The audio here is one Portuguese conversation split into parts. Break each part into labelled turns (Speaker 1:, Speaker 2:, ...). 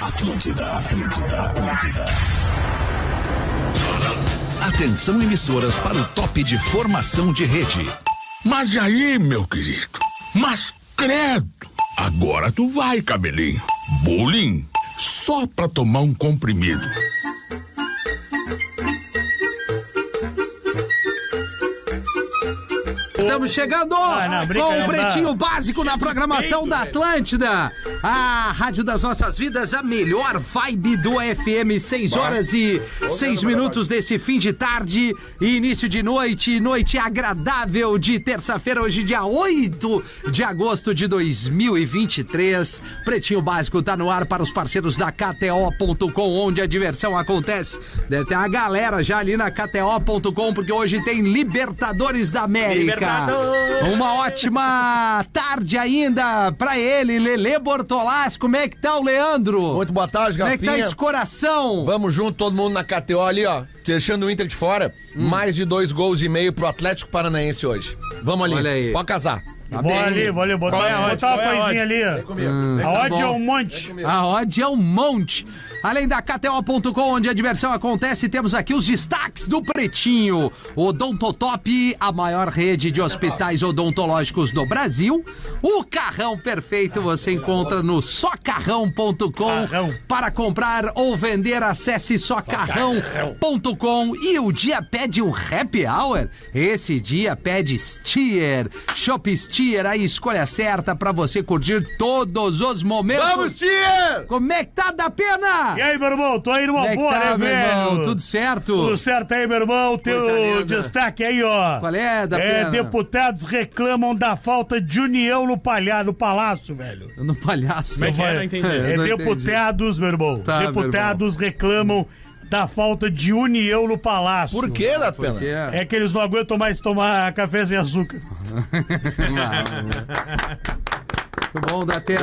Speaker 1: Atlântida, Atlântida, Atlântida.
Speaker 2: Atenção emissoras para o top de formação de rede.
Speaker 3: Mas aí, meu querido, mas credo, agora tu vai, cabelinho. Bullying, só pra tomar um comprimido.
Speaker 4: Estamos chegando
Speaker 5: Ah, não, brinca,
Speaker 4: com o
Speaker 5: não dá.
Speaker 4: Pretinho Básico na programação da Atlântida. A Rádio das Nossas Vidas, a melhor vibe do FM. 6 horas e 6 minutos desse fim de tarde e início de noite. Noite agradável de terça-feira, hoje dia 8 de agosto de 2023. Pretinho Básico tá no ar para os parceiros da KTO.com, onde a diversão acontece. Deve ter uma galera já ali na KTO.com, porque hoje tem Libertadores da América. América.
Speaker 5: Libertadores.
Speaker 4: Uma ótima tarde ainda pra ele, Lele Bortolassi. Como é que tá o Leandro?
Speaker 6: Muito boa tarde,
Speaker 4: Como é que tá
Speaker 6: Garfinha.
Speaker 4: esse coração?
Speaker 6: Vamos junto, todo mundo na KTO ali, ó. Deixando o Inter de fora. Mais de dois gols e meio pro Atlético Paranaense hoje. Vamos ali.
Speaker 4: Olha aí.
Speaker 6: Pode casar.
Speaker 4: Tá
Speaker 5: Vou
Speaker 4: bem.
Speaker 5: ali, vou ali, botar,
Speaker 4: é
Speaker 5: botar uma coisinha ali. A
Speaker 4: Tá
Speaker 5: ódio é
Speaker 4: bom.
Speaker 5: um monte.
Speaker 4: A odd é um monte. Além da KTO.com, onde a diversão acontece, temos aqui os destaques do Pretinho. Odontotop, a maior rede de hospitais odontológicos do Brasil. O carrão perfeito você encontra no socarrão.com.
Speaker 5: Carrão.
Speaker 4: Para comprar ou vender, acesse socarrão.com. E o dia pede o happy hour. Esse dia pede Steer. Shop Steer, a escolha certa para você curtir todos os momentos.
Speaker 6: Vamos, Tier!
Speaker 4: Como é que tá da pena?
Speaker 5: E aí, meu irmão? Tô aí numa
Speaker 4: Como é que
Speaker 5: É boa,
Speaker 4: tá,
Speaker 5: né,
Speaker 4: meu irmão?
Speaker 5: velho?
Speaker 4: Tudo certo?
Speaker 5: Tudo certo aí, meu irmão?
Speaker 4: Coisa linda.
Speaker 5: Teu destaque aí, ó.
Speaker 4: Qual é, da
Speaker 5: É,
Speaker 4: pena?
Speaker 5: deputados reclamam da falta de união no, palha no palácio, velho.
Speaker 4: No palhaço.
Speaker 5: Não vai-
Speaker 7: não entendi.
Speaker 5: É,
Speaker 4: Não entendi.
Speaker 5: deputados, meu irmão.
Speaker 4: Tá, meu
Speaker 5: deputados reclamam da falta de união no palácio.
Speaker 6: Por que, Dato Pena?
Speaker 4: Que é?
Speaker 5: É que eles não aguentam mais tomar café sem açúcar.
Speaker 4: Muito bom da pena.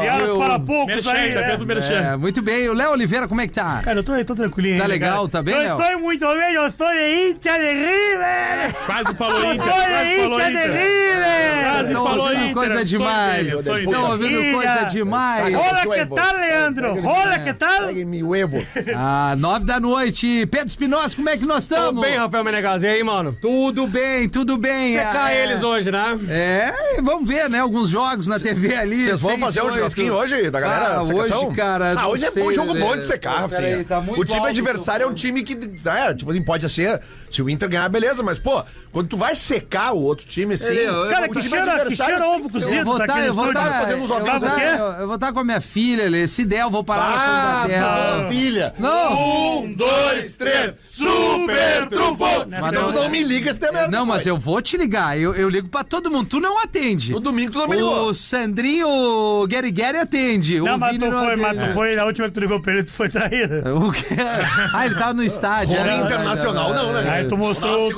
Speaker 5: Piadas
Speaker 4: eu-
Speaker 5: para poucos
Speaker 7: Merchan,
Speaker 5: aí,
Speaker 7: ainda
Speaker 5: né?
Speaker 7: fez o merchan.
Speaker 4: É, muito bem. O Léo Oliveira, como é que tá?
Speaker 5: Cara, eu tô, eu tô tranquilinho.
Speaker 4: Tá
Speaker 5: ainda,
Speaker 4: legal,
Speaker 5: cara.
Speaker 4: tá bem,
Speaker 5: Eu
Speaker 4: Léo?
Speaker 5: estou muito bem, eu sou de Inter de River!
Speaker 7: Quase falou Inter,
Speaker 5: Eu sou de
Speaker 7: quase falou
Speaker 5: Inter de
Speaker 7: Inter.
Speaker 5: River!
Speaker 7: Quase
Speaker 4: Estão
Speaker 7: falou
Speaker 4: ouvindo
Speaker 7: Inter,
Speaker 4: coisa
Speaker 7: sou
Speaker 4: demais.
Speaker 7: Inter, sou
Speaker 4: Estão
Speaker 7: Inter.
Speaker 4: ouvindo
Speaker 5: Filha. Tá
Speaker 4: coisa demais.
Speaker 5: Olha que tal, Leandro! Olha que tal!
Speaker 6: Pegue-me o Evo.
Speaker 4: Ah, nove da noite. Pedro Espinosa, como é que nós estamos?
Speaker 8: bem, Rafael Menegas, e aí, mano?
Speaker 4: Tudo bem, tudo bem.
Speaker 8: Secar
Speaker 4: É,
Speaker 8: eles hoje, né?
Speaker 4: É, e vamos ver, né? Alguns jogos na TV ali.
Speaker 6: Vocês vão
Speaker 4: seis,
Speaker 6: fazer o
Speaker 4: oito.
Speaker 6: joguinho hoje da galera?
Speaker 4: Ah,
Speaker 6: secação?
Speaker 4: hoje, cara,
Speaker 6: Ah,
Speaker 4: não
Speaker 6: hoje é
Speaker 4: sei,
Speaker 6: bom jogo
Speaker 4: né?
Speaker 6: bom de secar,
Speaker 4: Peraí,
Speaker 6: Rafinha.
Speaker 4: tá muito
Speaker 6: o time
Speaker 4: alto,
Speaker 6: adversário é um time que. É, tipo assim, pode ser. Se o Inter ganhar, beleza, mas, pô, quando tu vai secar o outro time, assim.
Speaker 4: Eu- eu-
Speaker 5: Cara,
Speaker 6: o
Speaker 5: que
Speaker 6: time
Speaker 5: cheira, que
Speaker 6: adversário
Speaker 5: cheira
Speaker 6: tem
Speaker 5: ovo
Speaker 6: que ser- um
Speaker 4: Eu
Speaker 5: cozido
Speaker 4: vou
Speaker 5: daquele
Speaker 4: tá, eu vou
Speaker 5: estúdio.
Speaker 4: tá,
Speaker 6: fazendo uns
Speaker 4: eu
Speaker 6: ovos.
Speaker 4: vou
Speaker 5: Sabe o quê?
Speaker 4: tá, eu- eu vou tá com a minha filha, Lê. Se der, eu vou parar na
Speaker 6: Ah,
Speaker 4: frente dela.
Speaker 6: filha!
Speaker 4: Não,
Speaker 7: Um, dois, três, super trufão!
Speaker 6: Então tu não me liga se der merda.
Speaker 4: não, mas eu vou te ligar. Eu, eu ligo pra todo mundo. Tu não atende.
Speaker 6: No domingo tu não me ligou.
Speaker 4: O Sandrinho Guerri Guerri atende.
Speaker 5: Não,
Speaker 4: o
Speaker 5: mas
Speaker 4: Vini
Speaker 5: tu
Speaker 4: não É.
Speaker 5: foi, mas
Speaker 4: atende.
Speaker 5: tu foi, na última que tu ligou pra ele, tu foi traído.
Speaker 4: O quê? Ah, ele tava no estádio.
Speaker 6: Fora
Speaker 4: é verdade,
Speaker 6: internacional,
Speaker 4: é
Speaker 6: não,
Speaker 4: verdade.
Speaker 6: né?
Speaker 5: Aí tu mostrou.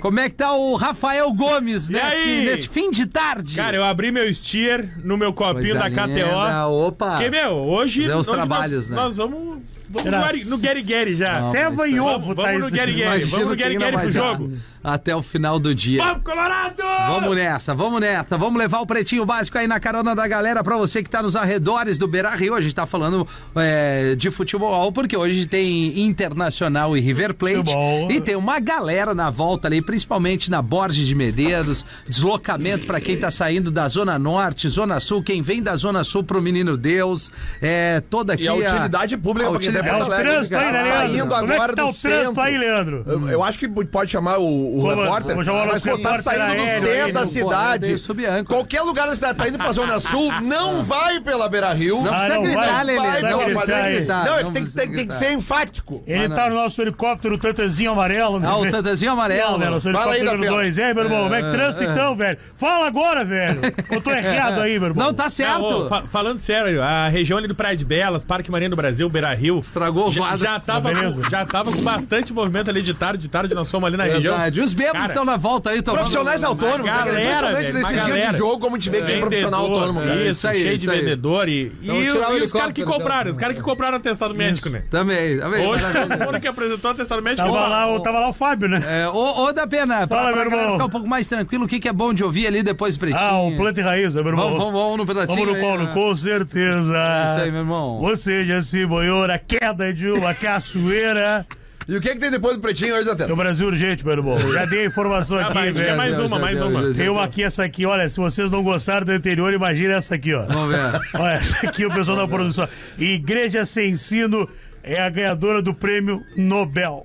Speaker 4: Como é que tá o Rafael Gomes nesse,
Speaker 7: aí?
Speaker 4: nesse fim de tarde?
Speaker 7: Cara, eu abri meu steer no meu copinho
Speaker 4: Coisa
Speaker 7: da
Speaker 4: linda,
Speaker 7: KTO.
Speaker 4: Opa.
Speaker 7: Porque, meu, hoje,
Speaker 4: Fazer os
Speaker 7: hoje
Speaker 4: trabalhos,
Speaker 7: nós,
Speaker 4: né?
Speaker 7: nós vamos, vamos
Speaker 5: Será?
Speaker 7: no Guari- no Gary Gary já.
Speaker 5: Ceva e ovo,
Speaker 7: Vamos,
Speaker 5: tá
Speaker 7: vamos no
Speaker 5: isso.
Speaker 7: Gary Gary,
Speaker 4: Imagino
Speaker 7: vamos no Gary
Speaker 4: que
Speaker 7: Gary
Speaker 4: ainda
Speaker 7: pro
Speaker 4: vai dar
Speaker 7: jogo.
Speaker 4: Até o final do dia.
Speaker 7: Vamos, Colorado!
Speaker 4: Vamos nessa, vamos nessa. Vamos levar o pretinho básico aí na carona da galera pra você que tá nos arredores do Beira Rio. A gente tá falando é, de futebol, porque hoje tem Internacional e River Plate.
Speaker 5: Futebol.
Speaker 4: E tem uma galera na volta ali, principalmente na Borges de Medeiros. Deslocamento pra quem tá saindo da Zona Norte, Zona Sul, quem vem da Zona Sul pro Menino Deus. É toda aqui.
Speaker 6: E a utilidade pública
Speaker 4: a
Speaker 6: pra quem tá
Speaker 4: utilidade-
Speaker 5: É
Speaker 6: Porto
Speaker 5: o
Speaker 6: Alegre,
Speaker 5: trânsito aí, né,
Speaker 6: cara?
Speaker 5: Leandro?
Speaker 6: Saindo
Speaker 5: Como é
Speaker 6: agora
Speaker 5: que tá
Speaker 6: do
Speaker 5: o trânsito
Speaker 6: centro.
Speaker 5: aí, Leandro?
Speaker 6: Eu, eu acho que pode chamar o, o
Speaker 5: Vamos-
Speaker 6: repórter,
Speaker 5: vamos chamar o
Speaker 6: mas
Speaker 5: nosso
Speaker 6: pô, tá
Speaker 5: repórter
Speaker 6: saindo do
Speaker 5: aéreo
Speaker 6: centro
Speaker 5: aí,
Speaker 6: da
Speaker 4: no-
Speaker 6: cidade,
Speaker 4: pô, sob âncora.
Speaker 6: qualquer lugar da cidade, tá indo pra Zona Sul, não vai pela Beira-Rio.
Speaker 4: Não precisa
Speaker 5: Ah, não,
Speaker 4: gritar,
Speaker 5: vai,
Speaker 4: Lelê.
Speaker 5: vai,
Speaker 4: Não
Speaker 5: vai
Speaker 4: precisa
Speaker 5: gritar aí.
Speaker 4: gritar.
Speaker 6: Não,
Speaker 4: não
Speaker 6: tem, que,
Speaker 4: precisa
Speaker 6: tem- tem que
Speaker 4: gritar.
Speaker 6: ser enfático.
Speaker 5: Ele
Speaker 4: não.
Speaker 5: tá no nosso helicóptero, o tantanzinho amarelo.
Speaker 4: Ah, o
Speaker 5: velho.
Speaker 4: tantanzinho amarelo.
Speaker 5: Não, né, nosso
Speaker 6: Fala aí,
Speaker 5: helicóptero número
Speaker 6: Gabriel.
Speaker 5: 2. Ei, meu irmão, como é que trânsito então, velho? Fala agora, velho. Eu tô errado aí, meu irmão.
Speaker 4: Não, tá certo.
Speaker 7: Não, ô, fa- falando sério, a região ali do Praia de Belas, Parque Marinha do Brasil, Beira Rio.
Speaker 4: Estragou o
Speaker 7: Já,
Speaker 4: quadro.
Speaker 7: já, tava
Speaker 5: Beleza.
Speaker 7: com, já tava com bastante movimento ali de tarde, de tarde nós fomos ali na região.
Speaker 4: Verdade, E os bêbados
Speaker 7: Cara,
Speaker 4: estão na volta aí tomando...
Speaker 6: Profissionais autônomos,
Speaker 7: Uma
Speaker 5: né?
Speaker 6: cara, é
Speaker 7: galera,
Speaker 6: impressionante
Speaker 7: velho,
Speaker 6: nesse
Speaker 7: uma
Speaker 6: dia
Speaker 7: galera.
Speaker 6: de jogo como a gente vê que tem profissional
Speaker 7: Vendedor,
Speaker 6: autônomo, cara.
Speaker 7: Isso,
Speaker 4: Isso aí,
Speaker 7: cheio
Speaker 4: isso
Speaker 7: de
Speaker 4: aí.
Speaker 7: vendedor e,
Speaker 4: Então,
Speaker 7: e,
Speaker 4: tirar o
Speaker 7: e os caras que
Speaker 4: helicóptero,
Speaker 7: compraram,
Speaker 4: então.
Speaker 7: os caras que compraram atestado médico, né?
Speaker 4: Também, também.
Speaker 7: Hoje todo mundo que apresentou atestado médico.
Speaker 5: Tava
Speaker 7: ó,
Speaker 5: lá, o- tava lá o Fábio, né?
Speaker 4: É, ô, ô, da pena, pra,
Speaker 5: Fala,
Speaker 4: pra
Speaker 5: meu
Speaker 4: galera
Speaker 5: irmão.
Speaker 4: ficar um pouco mais tranquilo, o que, que é bom de ouvir ali depois do pretinho?
Speaker 5: Ah, o Planta e Raiz, né, meu irmão.
Speaker 4: Vamos, vamos, vamos no pedacinho.
Speaker 5: Vamos no
Speaker 4: aí,
Speaker 5: Paulo,
Speaker 4: né?
Speaker 5: com certeza.
Speaker 4: É isso aí, meu irmão.
Speaker 5: Você já se boiou na queda é de uma cachoeira.
Speaker 6: E o que, é que tem depois do pretinho hoje da tela?
Speaker 5: No É Brasil urgente, meu irmão. Já dei a informação
Speaker 7: Ah,
Speaker 5: aqui,
Speaker 7: vai,
Speaker 5: velho.
Speaker 7: é mais
Speaker 4: Já
Speaker 7: uma,
Speaker 4: deu,
Speaker 7: mais
Speaker 4: já deu,
Speaker 7: uma.
Speaker 4: já deu.
Speaker 5: Tem uma aqui, essa aqui. Olha, se vocês não gostaram do anterior, imagina essa aqui, ó.
Speaker 4: Vamos ver.
Speaker 5: Olha, essa aqui é o pessoal da produção. Igreja Sem Sino é a ganhadora do prêmio Nobel.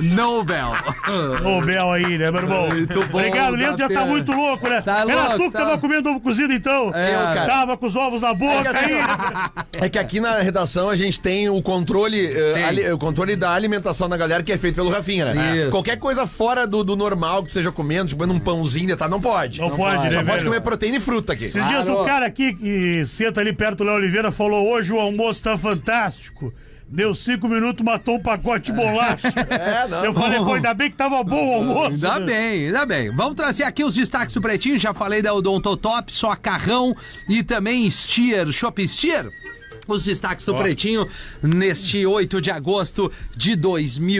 Speaker 4: Nobel.
Speaker 5: Nobel aí, né, meu irmão?
Speaker 4: Muito bom,
Speaker 5: Obrigado, Leandro. Já tá
Speaker 4: Datena.
Speaker 5: muito louco, né?
Speaker 4: Tá
Speaker 5: Era
Speaker 4: louco,
Speaker 5: tu que
Speaker 4: tá.
Speaker 5: tava comendo ovo cozido, então?
Speaker 4: É, Eu, cara.
Speaker 5: Tava com os ovos na boca aí.
Speaker 6: É que aqui na redação a gente tem o controle, eh,
Speaker 4: Tem.
Speaker 6: ali- o controle da alimentação da galera que é feito pelo Rafinha, né?
Speaker 4: Isso.
Speaker 6: Qualquer coisa fora do, do normal que tu esteja comendo, tipo num pãozinho, tá? Não pode.
Speaker 5: Não pode,
Speaker 6: Só
Speaker 5: né,
Speaker 6: pode comer
Speaker 5: velho?
Speaker 6: proteína e fruta aqui.
Speaker 5: Esses dias
Speaker 4: Claro.
Speaker 5: um cara aqui que senta ali perto do Léo Oliveira falou: hoje o almoço tá fantástico. Deu cinco minutos, matou um pacote de bolacha.
Speaker 6: É, não.
Speaker 5: Eu falei, pô, ainda bem que tava bom o almoço.
Speaker 4: Ainda
Speaker 5: né?
Speaker 4: bem, ainda bem. Vamos trazer aqui os destaques do Pretinho. Já falei da Odontotop, só carrão e também Steer, Shop Steer. Os destaques do Pretinho neste 8 de agosto de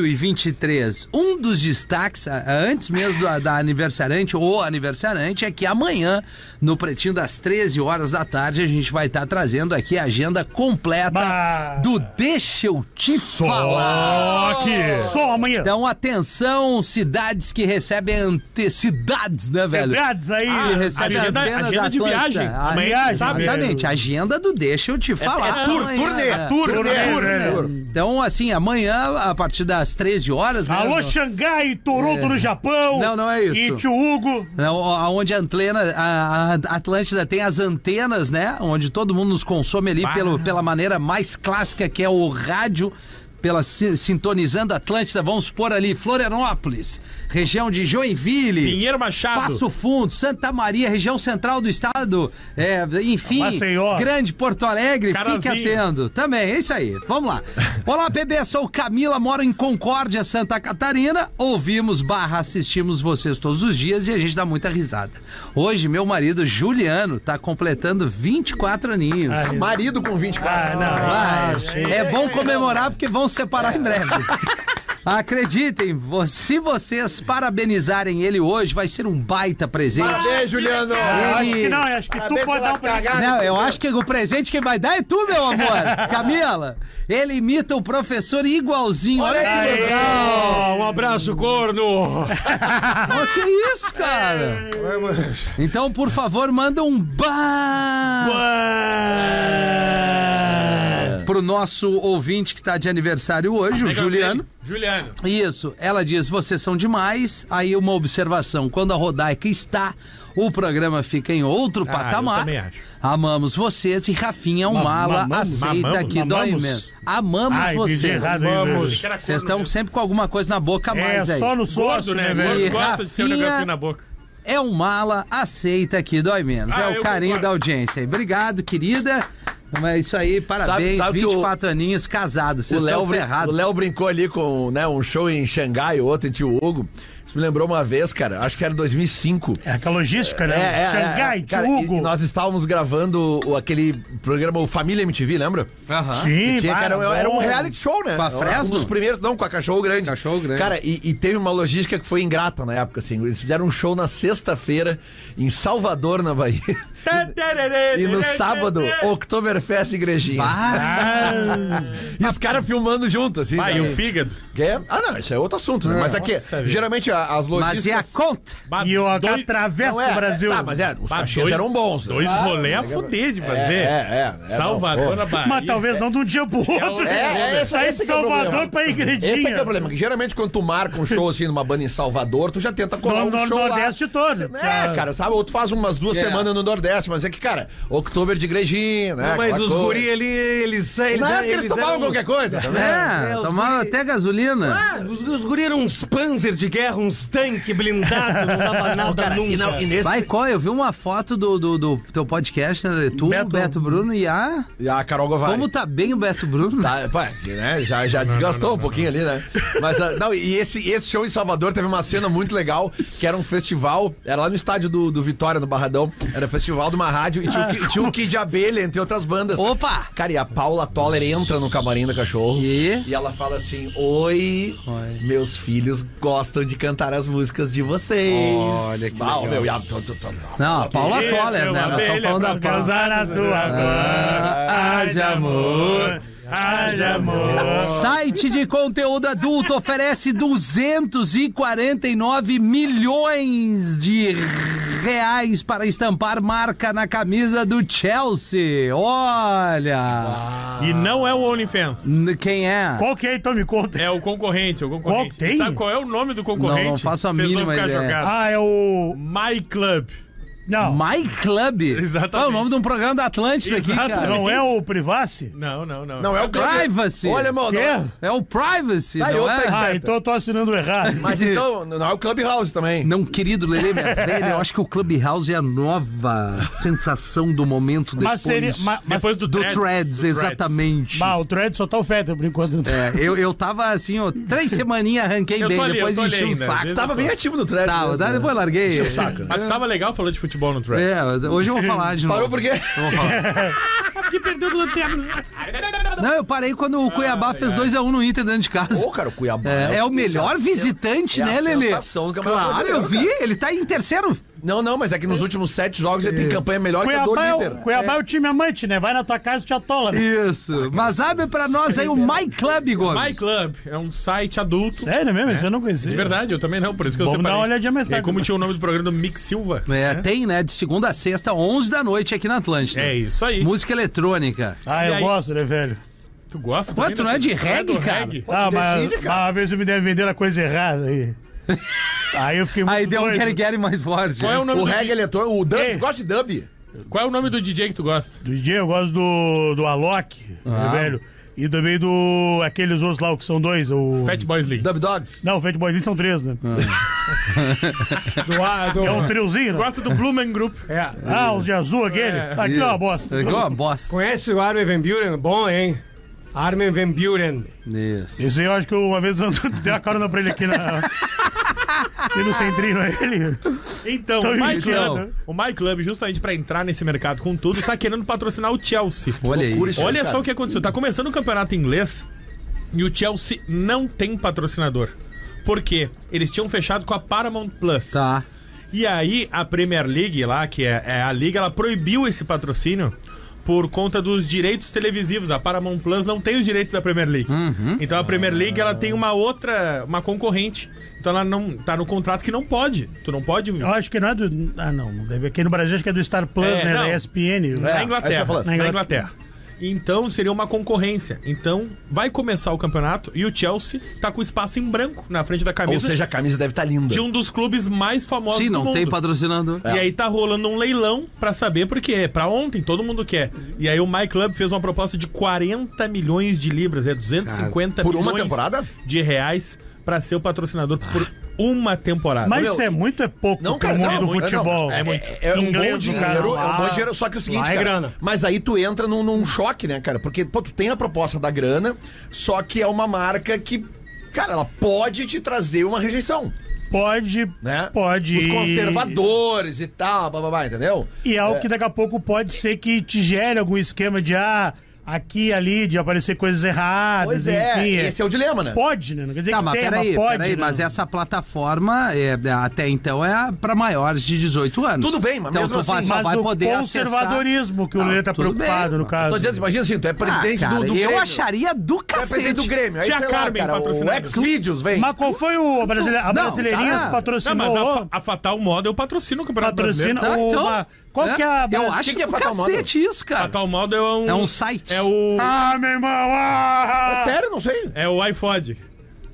Speaker 4: 2023. Um dos destaques, a- a- antes mesmo da, da aniversariante ou aniversariante, é que amanhã, no Pretinho das 13 horas da tarde, a gente vai estar trazendo aqui a agenda completa
Speaker 5: Bah.
Speaker 4: do Deixa Eu Te Falar.
Speaker 5: Só que. Só amanhã.
Speaker 4: Então, atenção, cidades que recebem ante... Cidades, né, velho?
Speaker 5: Cidades aí.
Speaker 6: Ah,
Speaker 4: Que
Speaker 6: é
Speaker 4: recebem
Speaker 7: agenda-
Speaker 4: antena da
Speaker 7: agenda de
Speaker 4: Atlântida.
Speaker 7: viagem.
Speaker 4: Ah,
Speaker 7: Amanhã,
Speaker 4: Exatamente, agenda do Deixa Eu Te Falar.
Speaker 6: é tour,
Speaker 4: Amanhã,
Speaker 6: turnê,
Speaker 4: né?
Speaker 5: Tour,
Speaker 6: Turnê,
Speaker 5: né?
Speaker 6: turnê.
Speaker 5: Tour.
Speaker 4: Então, assim, amanhã, a partir das 13 horas, né?
Speaker 5: Alô,
Speaker 4: no-
Speaker 5: Xangai, Toronto no Japão.
Speaker 4: Não, não é isso.
Speaker 5: E tio Hugo.
Speaker 4: né, o- Aonde a, antena, a, a Atlântida tem as antenas, né? Onde todo mundo nos consome ali pelo, pela maneira mais clássica que é o rádio. Pela, si- sintonizando a Atlântida, vamos pôr ali Florianópolis, região de Joinville,
Speaker 7: Pinheiro Machado.
Speaker 4: Passo Fundo, Santa Maria, região central do estado, é, enfim,
Speaker 5: Maceió.
Speaker 4: Grande Porto Alegre, fique
Speaker 7: Carazinho.
Speaker 4: atento. Também, é isso aí. Vamos lá. Olá, PB, sou o Camila, moro em Concórdia, Santa Catarina. Ouvimos barra, assistimos vocês todos os dias e a gente dá muita risada. Hoje, meu marido Juliano tá completando 24 aninhos.
Speaker 6: Marido com 24.
Speaker 5: Ah, não.
Speaker 4: Mas
Speaker 5: Ah,
Speaker 4: é bom comemorar porque vão separar em breve. Acreditem, vo- se vocês parabenizarem ele hoje, vai ser um baita presente.
Speaker 6: Parabéns, Juliano!
Speaker 5: eu
Speaker 4: Ele-
Speaker 5: Acho Ah, que não, eu acho que tu
Speaker 6: Parabéns
Speaker 5: pode
Speaker 6: pela
Speaker 5: dar um presente.
Speaker 6: cagada.
Speaker 4: Não, Né? eu acho que o presente que vai dar é tu, meu amor. Camila, ele imita o professor igualzinho. Olha, que
Speaker 6: aí.
Speaker 8: Legal, um abraço, corno.
Speaker 4: legal. Que isso, cara? Então, por favor, manda um ba pro nosso ouvinte que tá de aniversário hoje, o Juliano.
Speaker 7: Juliano.
Speaker 4: Isso, ela diz: vocês são demais. Aí, uma observação: quando a Rodaica está, o programa fica em outro patamar.
Speaker 7: eu também acho.
Speaker 4: Amamos vocês e Rafinha é um mala,
Speaker 7: mamamos,
Speaker 4: aceita
Speaker 7: mamamos,
Speaker 4: que dói
Speaker 5: mamamos.
Speaker 4: mesmo. Amamos
Speaker 5: Ai,
Speaker 4: vocês.
Speaker 5: vocês. errado, hein,
Speaker 7: Vamos.
Speaker 5: velho?
Speaker 4: Vocês estão sempre com alguma coisa na boca a
Speaker 5: É
Speaker 4: mais aí.
Speaker 5: só no sócio,
Speaker 7: Gordo,
Speaker 5: né,
Speaker 7: né?
Speaker 5: velho?
Speaker 4: E
Speaker 7: Gordo gosta de ter um
Speaker 4: Rafinha-
Speaker 7: negocinho na boca.
Speaker 4: É um mala, aceita que dói menos.
Speaker 7: Ah,
Speaker 4: é o
Speaker 7: eu
Speaker 4: carinho
Speaker 7: concordo.
Speaker 4: da audiência aí. Obrigado, querida. É isso aí, parabéns.
Speaker 6: sabe que o-
Speaker 4: 24 aninhos casados.
Speaker 6: O
Speaker 4: Vocês
Speaker 6: Léo,
Speaker 4: estão
Speaker 6: brin- o
Speaker 4: ferrados.
Speaker 6: Léo brincou ali com né, um show em Xangai, outro em Tio Hugo. Isso me lembrou uma vez, cara, acho que era 2005.
Speaker 5: É aquela logística, né? Xangai, tio
Speaker 6: é, cara, e-
Speaker 5: Hugo.
Speaker 6: e nós estávamos gravando o- aquele programa, o Família MTV, lembra?
Speaker 4: Aham.
Speaker 5: Sim,
Speaker 6: Que tinha,
Speaker 5: vai,
Speaker 6: que era, era um
Speaker 5: bom.
Speaker 6: reality show, né?
Speaker 4: Com a
Speaker 6: Era Um
Speaker 4: Fresno?
Speaker 6: dos primeiros, não, com a Cachorro Grande.
Speaker 4: Cachorro Grande.
Speaker 6: Cara, e, e teve uma logística que foi ingrata na época, assim. Eles fizeram um show na sexta-feira, em Salvador, na Bahia. E no sábado, Oktoberfest Igrejinha.
Speaker 4: Ah,
Speaker 6: E os caras filmando junto, assim.
Speaker 7: Ah,
Speaker 6: né?
Speaker 7: e o fígado.
Speaker 6: Que é- Ah, não, isso é outro assunto, né? Mas aqui,
Speaker 7: Nossa, velho.
Speaker 6: geralmente a-
Speaker 4: mas
Speaker 6: as logísticas...
Speaker 4: e a conta?
Speaker 7: Bah,
Speaker 5: E eu
Speaker 7: dois-
Speaker 5: atravesso
Speaker 6: Não, é,
Speaker 5: o Brasil.
Speaker 6: Tá, mas é, os
Speaker 7: bah,
Speaker 6: cachês eram bons. né?
Speaker 7: Dois rolê a fuder de fazer.
Speaker 6: É, é, é,
Speaker 7: Salvador
Speaker 6: não,
Speaker 7: na Bahia.
Speaker 5: Mas talvez não de um dia pro outro.
Speaker 6: é, é, esse-
Speaker 5: Sair
Speaker 6: esse
Speaker 5: de
Speaker 6: que é o
Speaker 5: Salvador
Speaker 6: problema.
Speaker 5: pra
Speaker 6: Esse é que é o
Speaker 5: Igredinha.
Speaker 6: problema, que geralmente quando tu marca um show assim numa banda em Salvador, tu já tenta colar
Speaker 5: No,
Speaker 6: um
Speaker 5: no
Speaker 6: show lá.
Speaker 5: Nordeste todo.
Speaker 6: É, cara, sabe? Ou tu faz umas duas
Speaker 4: É.
Speaker 6: semanas no acontece, mas é que, cara, Oktober de igrejinha, né?
Speaker 8: Mas
Speaker 6: aquela
Speaker 8: os
Speaker 6: coisa.
Speaker 8: guri, ele, eles... é eles um
Speaker 6: Na época eles tomavam
Speaker 8: eram-
Speaker 6: qualquer coisa, também.
Speaker 4: É,
Speaker 8: É, os
Speaker 4: tomava
Speaker 8: guri-
Speaker 4: até gasolina.
Speaker 8: Ah, os, os guri eram uns panzer de guerra, uns tanque blindado, não dava nada nunca.
Speaker 6: E, não, e nesse,
Speaker 4: Vai, qual? é? Eu vi uma foto do, do, do teu podcast, né? Tu,
Speaker 5: Beto-
Speaker 4: Beto, Bruno e a.
Speaker 6: e a Carol Govai.
Speaker 4: Como tá bem o Beto Bruno?
Speaker 6: Tá, pá, né? Já, já desgastou um pouquinho ali, né? Mas ah, não, e esse, esse show em Salvador teve uma cena muito legal, que era um festival, era lá no estádio do, do Vitória, no Barradão, era festival de uma rádio e tinha, o Ki- tinha o Kid Abelha, entre outras bandas.
Speaker 4: Opa!
Speaker 6: Cara, e a Paula Toller entra no camarim do cachorro
Speaker 4: E?
Speaker 6: ela fala assim: Oi,
Speaker 4: Oi.
Speaker 6: meus filhos gostam de cantar as músicas de vocês. Olha que legal. Meu, e a- tô- tô- tô- tô-
Speaker 4: Não, a Paula
Speaker 5: Esse é
Speaker 4: Toller, né?
Speaker 5: uma
Speaker 4: Nós estamos
Speaker 5: abelha
Speaker 4: falando da
Speaker 5: pra
Speaker 4: Paula.
Speaker 5: Casar na tua
Speaker 4: Ah,
Speaker 5: ah,
Speaker 4: haja amor,
Speaker 5: haja amor.
Speaker 4: Site de conteúdo adulto oferece 249 milhões de reais para estampar marca na camisa do Chelsea. Olha!
Speaker 7: E não é o OnlyFans.
Speaker 4: N- Quem é?
Speaker 5: Qual que é, então me conta?
Speaker 7: É o concorrente, o concorrente.
Speaker 5: Qual tem?
Speaker 7: Sabe qual é o nome do concorrente?
Speaker 4: Não, não faço a mínima ideia.
Speaker 7: jogados.
Speaker 5: Ah, é o...
Speaker 7: My Club.
Speaker 5: Não,
Speaker 4: My Club?
Speaker 7: Exatamente.
Speaker 4: É o nome de um programa da Atlântida aqui, cara.
Speaker 5: não é o Privacy?
Speaker 7: Não, não, não.
Speaker 6: Não é o
Speaker 4: Privacy.
Speaker 6: Olha, mano.
Speaker 5: Que é?
Speaker 4: É o Privacy,
Speaker 6: Tá, eu
Speaker 4: não é?
Speaker 6: peguei.
Speaker 5: Ah, então eu tô assinando errado.
Speaker 6: Mas então, não é o Clubhouse também.
Speaker 4: Não, querido Lelê, minha velha, eu acho que o Clubhouse é a nova sensação do momento depois
Speaker 5: Mas seria... ma- mas-
Speaker 7: Depois do,
Speaker 4: do
Speaker 7: Threads,
Speaker 4: Threads,
Speaker 7: do Threads.
Speaker 4: exatamente.
Speaker 5: Bah, o Thread só tá o Feta, por enquanto. não tá.
Speaker 4: É, eu, eu tava assim, ó, três semaninhas arranquei
Speaker 7: Eu tô
Speaker 4: bem,
Speaker 7: ali,
Speaker 4: depois
Speaker 7: eu tô ali
Speaker 4: enchi o
Speaker 7: ainda, às
Speaker 4: saco.
Speaker 7: vezes
Speaker 4: Tava,
Speaker 6: Tava bem ativo no thread.
Speaker 4: tava,
Speaker 6: mesmo,
Speaker 4: tá,
Speaker 6: né?
Speaker 4: depois larguei.
Speaker 6: o saco, né?
Speaker 7: Mas tu tava legal falando de futebol no Threads.
Speaker 4: É, mas hoje eu vou falar de novo.
Speaker 6: Parou por quê?
Speaker 4: Eu vou falar. Não, eu parei quando o Cuiabá fez 2x1 no Inter dentro de casa.
Speaker 6: Ô, cara, o Cuiabá.
Speaker 4: É, é o
Speaker 6: seguinte,
Speaker 4: melhor
Speaker 6: a sen-
Speaker 4: visitante,
Speaker 6: é a
Speaker 4: né, Lelê?
Speaker 6: sensação do Campeonato
Speaker 4: Claro, eu
Speaker 6: Brasileiro,
Speaker 4: vi. Ele tá em terceiro.
Speaker 6: Não, não, mas é que nos últimos sete jogos ele tem campanha melhor que a do
Speaker 5: Cuiabá, é o,
Speaker 6: líder.
Speaker 5: Cuiabá é. o time amante, né? Vai na tua casa e te atola. Né?
Speaker 4: Isso. Mas abre pra nós aí o My Club, Gomes.
Speaker 7: My Club é um site adulto.
Speaker 5: Sério mesmo? Isso eu não conhecia.
Speaker 7: De verdade, eu também não, por isso que eu
Speaker 5: Vamos
Speaker 7: separei.
Speaker 5: dar uma olhadinha mais
Speaker 7: É
Speaker 5: tarde.
Speaker 7: como tinha o nome do programa do Mick Silva.
Speaker 4: É, tem, né? De segunda a sexta, 11 da noite aqui na Atlântida.
Speaker 7: É isso aí.
Speaker 4: Música eletrônica.
Speaker 5: Ah,
Speaker 7: E
Speaker 5: eu
Speaker 7: aí?
Speaker 5: gosto, né, velho?
Speaker 7: Tu gosta?
Speaker 4: Ué, tu não é de
Speaker 7: né?
Speaker 4: reggae,
Speaker 7: do
Speaker 4: cara?
Speaker 5: Ah, mas,
Speaker 6: decide,
Speaker 5: mas uma vez eu me deve vender a coisa errada aí. Aí eu fiquei muito
Speaker 4: Aí deu um
Speaker 5: doido.
Speaker 4: Gary Gary mais forte.
Speaker 7: Qual é o nome
Speaker 6: O
Speaker 7: do
Speaker 6: reggae eletrônico, o dub,
Speaker 5: Ei.
Speaker 6: gosta de dub.
Speaker 7: Qual é o nome do DJ que tu gosta?
Speaker 5: Do DJ eu gosto do, do Alok,
Speaker 6: Ah.
Speaker 5: né, velho. E também do... Aqueles outros lá, o que são dois, o...
Speaker 7: Fat Boys League.
Speaker 6: Dub Dogs.
Speaker 5: Não, o Fat Boys Lee são três, né?
Speaker 6: Ah.
Speaker 4: tá.
Speaker 7: Do, ah, do...
Speaker 5: É um triozinho, né?
Speaker 7: Gosta do Blumen Group.
Speaker 8: É.
Speaker 5: Ah, os de azul, aquele. Aqui é uma bosta.
Speaker 4: Igual uma bosta.
Speaker 8: Conhece o Armin Van Buren? Bom, hein? Armin Van Buren.
Speaker 4: Isso.
Speaker 5: Esse aí eu acho que eu, uma vez eu dei uma carona pra ele aqui na... aqui no centrinho, aí ele...
Speaker 7: Então,
Speaker 5: Tô
Speaker 7: o My,
Speaker 5: brincando.
Speaker 7: Club, o My Club, justamente pra entrar nesse mercado com tudo, tá querendo patrocinar o Chelsea.
Speaker 4: Olha aí.
Speaker 6: Loucura isso aí,
Speaker 7: Olha
Speaker 6: cara.
Speaker 7: só o que aconteceu. Tá começando o campeonato inglês e o Chelsea não tem patrocinador. Por quê? Eles tinham fechado com a Paramount Plus.
Speaker 4: Tá.
Speaker 7: E aí a Premier League lá, que é, é a liga, ela proibiu esse patrocínio por conta dos direitos televisivos. A Paramount Plus não tem os direitos da Premier League. Então a Premier League ela tem uma outra, uma concorrente. Então ela não tá no contrato que não pode. Tu não pode.
Speaker 5: Eu acho que não é do... Ah, não. não deve- Aqui no Brasil acho que é do Star Plus,
Speaker 7: É, tá
Speaker 5: né?
Speaker 7: não.
Speaker 5: Da ESPN.
Speaker 7: Na
Speaker 5: É.
Speaker 6: essa é a
Speaker 7: Inglaterra.
Speaker 6: palavra.
Speaker 7: Na Inglaterra. Então seria uma concorrência. Então vai começar o campeonato e o Chelsea tá com espaço em branco na frente da
Speaker 6: Ou
Speaker 7: camisa
Speaker 6: seja, a camisa deve estar linda.
Speaker 7: de um dos clubes mais famosos
Speaker 4: Sim,
Speaker 7: do
Speaker 4: não
Speaker 7: mundo.
Speaker 4: tem patrocinador.
Speaker 7: E aí tá rolando um leilão pra saber porque é pra ontem, todo mundo quer. E aí o My Club fez uma proposta de 40 milhões de libras, é 250
Speaker 6: Por uma
Speaker 7: milhões
Speaker 6: temporada?
Speaker 7: de reais pra ser o patrocinador por uma temporada.
Speaker 5: Mas
Speaker 6: Meu,
Speaker 5: isso é muito, é pouco
Speaker 6: Não,
Speaker 5: não,
Speaker 6: cara,
Speaker 5: pro mundo
Speaker 6: não,
Speaker 5: do
Speaker 6: não,
Speaker 5: futebol.
Speaker 6: não, é,
Speaker 5: muito.
Speaker 6: é, é um bom
Speaker 5: Inglês, Ah, cara,
Speaker 6: dinheiro, é um bom
Speaker 5: lá-
Speaker 6: dinheiro. Só que é o seguinte,
Speaker 8: lá é
Speaker 6: cara,
Speaker 8: grana.
Speaker 6: mas aí tu entra num, num choque, né, cara? Porque, pô, tu tem a proposta da grana, só que é uma marca que, cara, ela pode te trazer uma rejeição,
Speaker 5: Pode,
Speaker 6: né?
Speaker 5: pode.
Speaker 6: Os conservadores e tal, bababá, entendeu?
Speaker 5: E é algo que daqui a pouco pode ser que te gere algum esquema de ah, aqui ali, de aparecer coisas erradas,
Speaker 6: Pois é,
Speaker 5: enfim.
Speaker 6: esse é o dilema, né?
Speaker 5: Pode, né? Não quer dizer
Speaker 4: Tá,
Speaker 5: que
Speaker 4: mas
Speaker 5: tem, mas
Speaker 4: peraí,
Speaker 5: pode.
Speaker 4: peraí,
Speaker 5: né?
Speaker 4: mas essa plataforma é, até então é pra maiores de 18 anos.
Speaker 6: Tudo bem, mas
Speaker 4: então
Speaker 6: mesmo
Speaker 4: tu vai-
Speaker 6: assim-
Speaker 4: só
Speaker 5: Mas
Speaker 4: vai
Speaker 5: o
Speaker 4: poder
Speaker 5: conservadorismo que o
Speaker 4: Não,
Speaker 5: Lê tá
Speaker 4: tudo
Speaker 5: preocupado,
Speaker 4: bem,
Speaker 5: no
Speaker 4: mano.
Speaker 5: caso. né?
Speaker 6: Tô dizendo, imagina assim, tu é
Speaker 4: acessar.
Speaker 6: presidente
Speaker 4: Ah, cara,
Speaker 6: do, do
Speaker 4: eu
Speaker 6: Grêmio.
Speaker 4: acharia do
Speaker 6: Tu é presidente do
Speaker 4: cacete.
Speaker 6: Grêmio. Aí,
Speaker 7: Tia
Speaker 6: sei
Speaker 7: Carmen
Speaker 6: lá, cara, o
Speaker 7: patrocinando.
Speaker 6: X-Videos, vem.
Speaker 5: Mas qual foi o brasile... a
Speaker 4: Não,
Speaker 5: Brasileirinhas
Speaker 4: tá.
Speaker 7: Não, mas
Speaker 5: patrocinou?
Speaker 7: a, fa- a Fatal Moda eu patrocino o Campeonato
Speaker 5: é Patrocina-
Speaker 7: Brasileiro.
Speaker 4: Tá,
Speaker 5: Ou
Speaker 4: então,
Speaker 5: uma- qual que é a-
Speaker 4: Eu
Speaker 5: o que
Speaker 4: acho
Speaker 6: que
Speaker 4: que
Speaker 6: é
Speaker 4: é
Speaker 6: Fatal Model?
Speaker 4: cacete isso, cara.
Speaker 7: Fatal Moda é um...
Speaker 4: É um site.
Speaker 7: É o...
Speaker 5: Ah, meu irmão! Ah,
Speaker 6: Sério, não sei.
Speaker 7: É o iPod.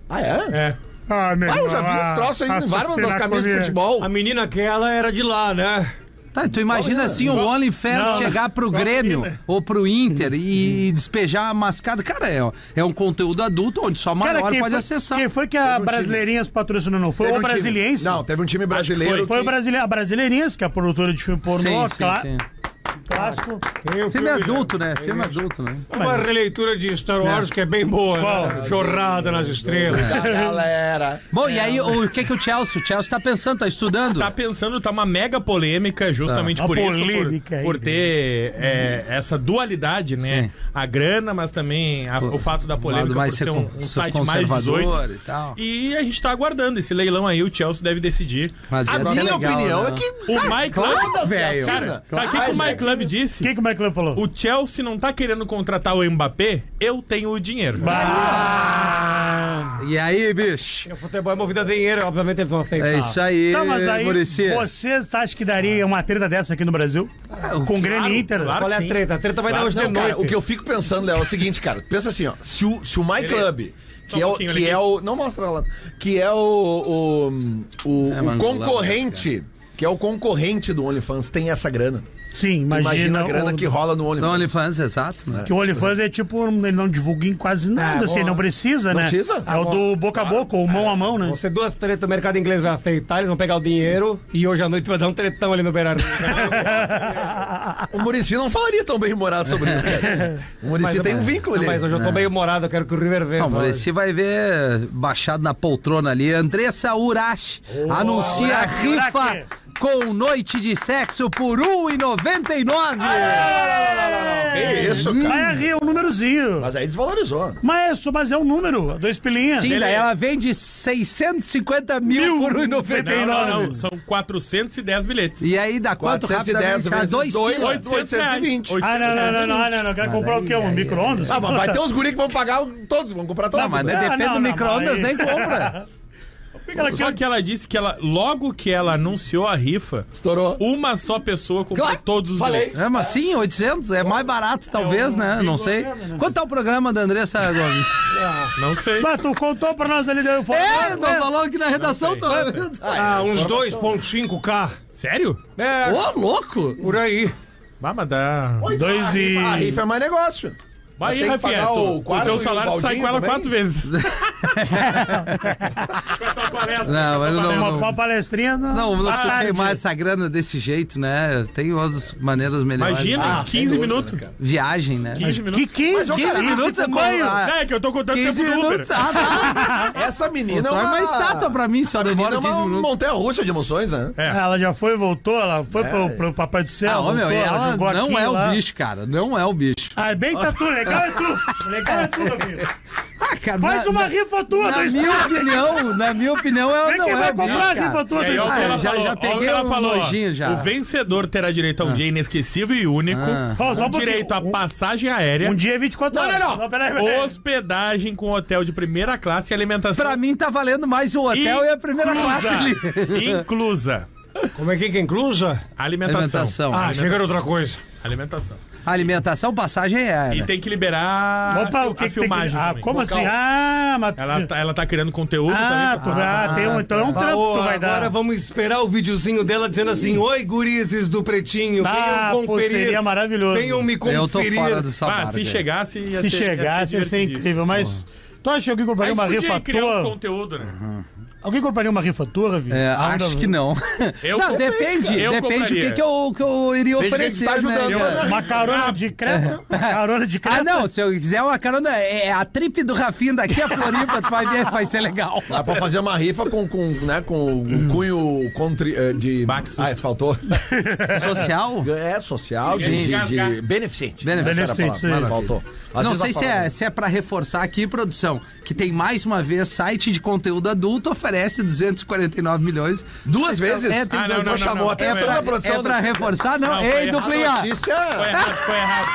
Speaker 6: Ah, é?
Speaker 7: É.
Speaker 5: ah meu
Speaker 6: Ah,
Speaker 5: irmão!
Speaker 6: eu já vi esse troço aí em várias das
Speaker 5: raciocinar
Speaker 6: camisas de
Speaker 5: comigo.
Speaker 6: futebol.
Speaker 8: A menina aquela era de lá, né?
Speaker 4: Tá, tu imagina assim o OnlyFans
Speaker 5: né? Não. né?
Speaker 4: chegar pro Grêmio ou pro Inter e, e despejar a mascada. Cara, é, é um conteúdo adulto onde só maior
Speaker 5: quem
Speaker 4: pode
Speaker 5: foi,
Speaker 4: acessar.
Speaker 5: Quem foi que a
Speaker 6: time.
Speaker 5: Brasileirinhas patrocinou? Não foi
Speaker 6: Teve
Speaker 5: o
Speaker 6: um time-
Speaker 5: Brasiliense?
Speaker 6: Não, teve um time brasileiro.
Speaker 5: Foi o brasile... a Brasileirinhas, que é a produtora de filme pornô,
Speaker 4: sim,
Speaker 5: clá-
Speaker 4: sim, sim.
Speaker 5: clássico.
Speaker 4: Filme adulto, né? Filme adulto, né?
Speaker 5: É.
Speaker 8: Uma releitura de Star Wars que é bem boa, né? Jornada nas estrelas.
Speaker 6: Ah, Galera.
Speaker 4: Bom, e aí o que que o Chelsea? O Chelsea tá pensando, tá estudando.
Speaker 7: Tá pensando, tá uma mega polêmica justamente
Speaker 5: Uma
Speaker 7: por isso,
Speaker 5: polêmica
Speaker 7: por-
Speaker 5: aí,
Speaker 7: por, ter é, essa dualidade, né?
Speaker 4: Sim.
Speaker 7: A grana, mas também a- o fato da
Speaker 4: O lado
Speaker 7: polêmica por
Speaker 4: mais
Speaker 7: ser um, um
Speaker 4: con-
Speaker 7: site mais 18.
Speaker 4: e tal.
Speaker 7: E a gente tá aguardando esse leilão aí, o Chelsea deve decidir.
Speaker 4: Mas
Speaker 6: A
Speaker 4: ia ser
Speaker 6: minha
Speaker 4: legal,
Speaker 6: opinião
Speaker 4: né?
Speaker 6: é que.
Speaker 7: O Mike
Speaker 6: claro,
Speaker 7: Love,
Speaker 6: velho.
Speaker 7: cara,
Speaker 6: Claro,
Speaker 7: sabe o que que o
Speaker 6: velho.
Speaker 7: Mike Love disse?
Speaker 5: O que, que o Michael falou?
Speaker 7: O Chelsea não tá querendo contratar o Mbappé, eu tenho o dinheiro.
Speaker 4: E aí, bicho?
Speaker 8: O futebol é movido a dinheiro, obviamente eles vão aceitar.
Speaker 4: É isso aí,
Speaker 5: Tá, mas aí
Speaker 4: Muricy.
Speaker 5: vocês acham que daria uma treta dessa aqui no Brasil? Com Grêmio e Inter?
Speaker 7: claro.
Speaker 8: Qual é a
Speaker 7: sim.
Speaker 8: treta? A treta vai dar hoje de
Speaker 6: Não, cara,
Speaker 8: noite.
Speaker 6: o que eu fico pensando, Léo, é o seguinte, cara. Pensa assim, ó. Se o, se o My
Speaker 7: Beleza.
Speaker 6: Club, que,
Speaker 7: Só um
Speaker 6: é o,
Speaker 7: pouquinho,
Speaker 6: que
Speaker 7: olha
Speaker 6: é
Speaker 7: aqui.
Speaker 6: o. Não mostra lá. Que é o. O, o-
Speaker 4: É né,
Speaker 6: o
Speaker 4: uma
Speaker 6: concorrente. Que é o concorrente do OnlyFans, tem essa grana.
Speaker 5: Sim, imagina,
Speaker 6: Imagina a grana
Speaker 5: o,
Speaker 6: que rola no
Speaker 4: No
Speaker 6: OnlyFans.
Speaker 4: OnlyFans, exato. né?
Speaker 5: que o OnlyFans é tipo, ele não divulga em quase nada,
Speaker 8: É,
Speaker 5: assim,
Speaker 8: bom.
Speaker 5: não precisa,
Speaker 6: Não
Speaker 5: né?
Speaker 6: precisa?
Speaker 5: É o do boca a boca, ou mão a mão, né?
Speaker 8: Vão ser duas tretas, o mercado inglês vai aceitar, eles vão pegar o dinheiro e hoje à noite vai dar um tretão ali no Beira
Speaker 6: O Murici não falaria tão bem humorado sobre isso, cara. O Murici tem um vínculo ali.
Speaker 8: Mas hoje eu tô meio morado, eu quero que o River venha.
Speaker 4: Não, o Muricy vai ver baixado na poltrona ali. Andressa Urash anuncia
Speaker 5: Urashi,
Speaker 4: rifa
Speaker 5: Urashi.
Speaker 4: com noite de sexo por R$1,99.
Speaker 6: Que isso, cara.
Speaker 5: Mas é o númerozinho.
Speaker 6: Mas aí desvalorizou.
Speaker 5: Mas é, só- mas é um número, dois pilinhas.
Speaker 4: Sim, daí ela vende 650 mil, por
Speaker 7: Não,
Speaker 4: R$1,99.
Speaker 7: não, não, são 410 bilhetes.
Speaker 4: E aí dá quanto rápido?
Speaker 6: 410
Speaker 4: Dá
Speaker 6: vezes
Speaker 4: dois
Speaker 6: dois,
Speaker 4: quilos.
Speaker 6: oito. 820.
Speaker 5: Ah, não, não, não, não, não, não. Quero comprar o quê? Um micro-ondas?
Speaker 6: Ah, mas vai ter uns guri que vão pagar o- todos, vão comprar todos.
Speaker 4: Não, mas
Speaker 6: né?
Speaker 5: Ah,
Speaker 4: depende
Speaker 5: não,
Speaker 4: do
Speaker 5: não,
Speaker 4: micro-ondas,
Speaker 5: mas
Speaker 4: nem
Speaker 5: aí-
Speaker 4: compra.
Speaker 5: Aquela
Speaker 7: Só que ela disse que ela, logo que ela anunciou a rifa,
Speaker 6: Estourou.
Speaker 7: uma só pessoa comprou
Speaker 6: Claro,
Speaker 7: todos os
Speaker 6: falei.
Speaker 7: bilhetes.
Speaker 4: É, mas sim, 800 é mais barato, talvez, né? Não sei. Quanto é o programa da Andressa Gomes?
Speaker 7: Não sei.
Speaker 5: Mas Ah, tu contou pra nós ali, deu fora.
Speaker 4: É, nós falamos aqui na redação.
Speaker 7: sei.
Speaker 4: Tô... Ô,
Speaker 8: Ah, uns 2.5k.
Speaker 7: Sério?
Speaker 8: É,
Speaker 4: louco!
Speaker 8: por aí.
Speaker 7: Bah, mas dá.
Speaker 5: Dois e...
Speaker 4: né?
Speaker 6: A rifa é mais negócio.
Speaker 7: Vai aí,
Speaker 6: tem que
Speaker 7: Rafinha.
Speaker 6: pagar o
Speaker 7: O, o
Speaker 6: quarto e
Speaker 7: teu
Speaker 6: o
Speaker 7: salário sai
Speaker 6: baldinho
Speaker 7: com ela
Speaker 6: também.
Speaker 7: quatro vezes.
Speaker 4: Não, mas não,
Speaker 5: é Uma,
Speaker 4: não,
Speaker 5: uma
Speaker 4: não.
Speaker 5: palestrinha... na-
Speaker 4: Não, não precisa
Speaker 5: tarde.
Speaker 4: queimar essa grana desse jeito, né? Tem outras maneiras melhores.
Speaker 6: Ah,
Speaker 7: Imagina, em 15 minutos.
Speaker 4: Viagem, né?
Speaker 7: 15
Speaker 5: Que
Speaker 7: minutos.
Speaker 5: 15?
Speaker 4: 15 minutos é bom.
Speaker 7: Não,
Speaker 4: Ah,
Speaker 7: é que eu tô contando o
Speaker 4: 15
Speaker 7: tempo do Uber.
Speaker 4: minutos. Ah, tá.
Speaker 6: Essa menina é
Speaker 4: Só
Speaker 6: uma...
Speaker 4: uma estátua pra mim, só
Speaker 6: menina
Speaker 4: Tá demora
Speaker 6: é
Speaker 4: 15
Speaker 6: uma
Speaker 4: minutos.
Speaker 6: montanha russa de emoções, né?
Speaker 5: É. Ela já foi, voltou, ela foi pro, pro Papai do Céu.
Speaker 4: Ah, ô, meu,
Speaker 5: voltou,
Speaker 4: ela
Speaker 5: jogou
Speaker 4: não
Speaker 5: aqui,
Speaker 4: é
Speaker 5: lá.
Speaker 4: o bicho, cara. Não é o bicho.
Speaker 5: Ah, é bem tatu, legal é tu. Legal é tu, meu filho.
Speaker 4: Ah, cara,
Speaker 5: Faz
Speaker 4: na-
Speaker 5: uma rifa tua,
Speaker 4: Na
Speaker 5: dois
Speaker 4: minha opinião, na minha opinião, ela
Speaker 5: Vem
Speaker 4: não
Speaker 5: quem
Speaker 4: é
Speaker 5: vai
Speaker 4: o bicho,
Speaker 5: comprar a
Speaker 4: cara.
Speaker 5: rifa tua,
Speaker 7: E aí,
Speaker 5: dois
Speaker 7: olha é o que
Speaker 4: Ah,
Speaker 7: ela
Speaker 4: já- já
Speaker 7: falou. olha o que
Speaker 4: peguei
Speaker 7: ela
Speaker 4: um
Speaker 7: falou.
Speaker 4: nojinho já.
Speaker 7: O vencedor terá direito a um dia inesquecível e único,
Speaker 4: Ah.
Speaker 5: Ó, só um
Speaker 7: um direito a
Speaker 5: pouquinho.
Speaker 7: passagem aérea,
Speaker 5: Um dia é 24
Speaker 6: Não,
Speaker 5: horas.
Speaker 6: não, não.
Speaker 5: peraí, peraí.
Speaker 7: hospedagem com hotel de primeira classe e alimentação
Speaker 4: Pra mim tá valendo mais o hotel e,
Speaker 5: é
Speaker 4: a primeira classe ali.
Speaker 7: Inclusa.
Speaker 8: Como é que é inclusa?
Speaker 7: Alimentação.
Speaker 4: Alimentação.
Speaker 8: Ah, chegaram outra coisa.
Speaker 7: Alimentação.
Speaker 4: Alimentação, passagem é.
Speaker 7: E tem que liberar
Speaker 5: Opa,
Speaker 7: a-
Speaker 5: o que
Speaker 7: a
Speaker 5: que tem que...
Speaker 7: filmagem.
Speaker 5: Ah,
Speaker 7: também. é
Speaker 5: como assim? Ah, mas...
Speaker 7: Ela tá, ela tá criando conteúdo tá
Speaker 5: Ah,
Speaker 7: também.
Speaker 5: tu, ah, tem um, então é um
Speaker 8: Ah,
Speaker 5: trampo
Speaker 8: ô,
Speaker 5: que tu vai dar.
Speaker 8: agora vamos esperar o videozinho dela dizendo assim: Oi, gurizes do Pretinho,
Speaker 5: Ah,
Speaker 8: venham
Speaker 5: pô,
Speaker 8: um conferir. um
Speaker 5: seria maravilhoso.
Speaker 8: Venham me
Speaker 4: Eu tô
Speaker 8: conferir.
Speaker 4: fora dessa né?
Speaker 7: Ah,
Speaker 4: barca.
Speaker 7: se chegasse, ia
Speaker 5: Se
Speaker 7: ser-
Speaker 5: chegasse, ia ser
Speaker 7: divertidíssimo.
Speaker 5: incrível, mas... Tu acha que alguém compraria
Speaker 7: Mas
Speaker 5: uma
Speaker 7: podia
Speaker 5: rifa
Speaker 7: criar um
Speaker 5: tua?
Speaker 7: conteúdo, né?
Speaker 5: Alguém compraria uma rifa tua, Ravi?
Speaker 4: É,
Speaker 5: Ah,
Speaker 4: acho que não.
Speaker 7: Eu
Speaker 4: não,
Speaker 7: compraria.
Speaker 4: depende.
Speaker 7: Eu
Speaker 4: depende o
Speaker 7: compraria.
Speaker 4: que, que, eu, que eu iria
Speaker 6: Desde que a
Speaker 4: oferecer.
Speaker 6: gente tá
Speaker 4: né,
Speaker 6: ajudando,
Speaker 4: cara?
Speaker 6: né?
Speaker 5: Uma carona de creta? Uma carona de creta?
Speaker 4: Ah, não, se eu quiser uma carona, é a trip do Rafinha daqui a Floripa, tu vai ver, vai ser legal.
Speaker 6: Dá pra fazer uma rifa com, com, né, com
Speaker 4: Hum.
Speaker 6: um cunho contri, eh, de...
Speaker 7: Bah, que susto.
Speaker 6: Ah, faltou.
Speaker 4: Social?
Speaker 6: É social, de,
Speaker 4: Sim.
Speaker 6: de- de- beneficente.
Speaker 4: Beneficente,
Speaker 6: Essa era a
Speaker 5: isso aí.
Speaker 6: palavra, Faltou. Às
Speaker 4: não
Speaker 6: vezes
Speaker 4: sei
Speaker 6: né? a
Speaker 4: se
Speaker 6: palavra-
Speaker 4: é, se é pra reforçar aqui, produção, que tem mais uma vez site de conteúdo adulto oferece 249 milhões.
Speaker 6: Duas vezes?
Speaker 4: É, tem
Speaker 7: Ah, não,
Speaker 4: duas
Speaker 7: não,
Speaker 4: vezes.
Speaker 7: não,
Speaker 6: chamou
Speaker 7: não.
Speaker 6: a
Speaker 4: É
Speaker 6: atenção
Speaker 4: pra,
Speaker 6: da produção.
Speaker 4: é pra
Speaker 6: do-
Speaker 4: reforçar, não?
Speaker 7: Não, foi
Speaker 4: Ei,
Speaker 7: errado,
Speaker 4: duplinha!
Speaker 7: Foi
Speaker 6: Notícia...
Speaker 7: errado, foi errado.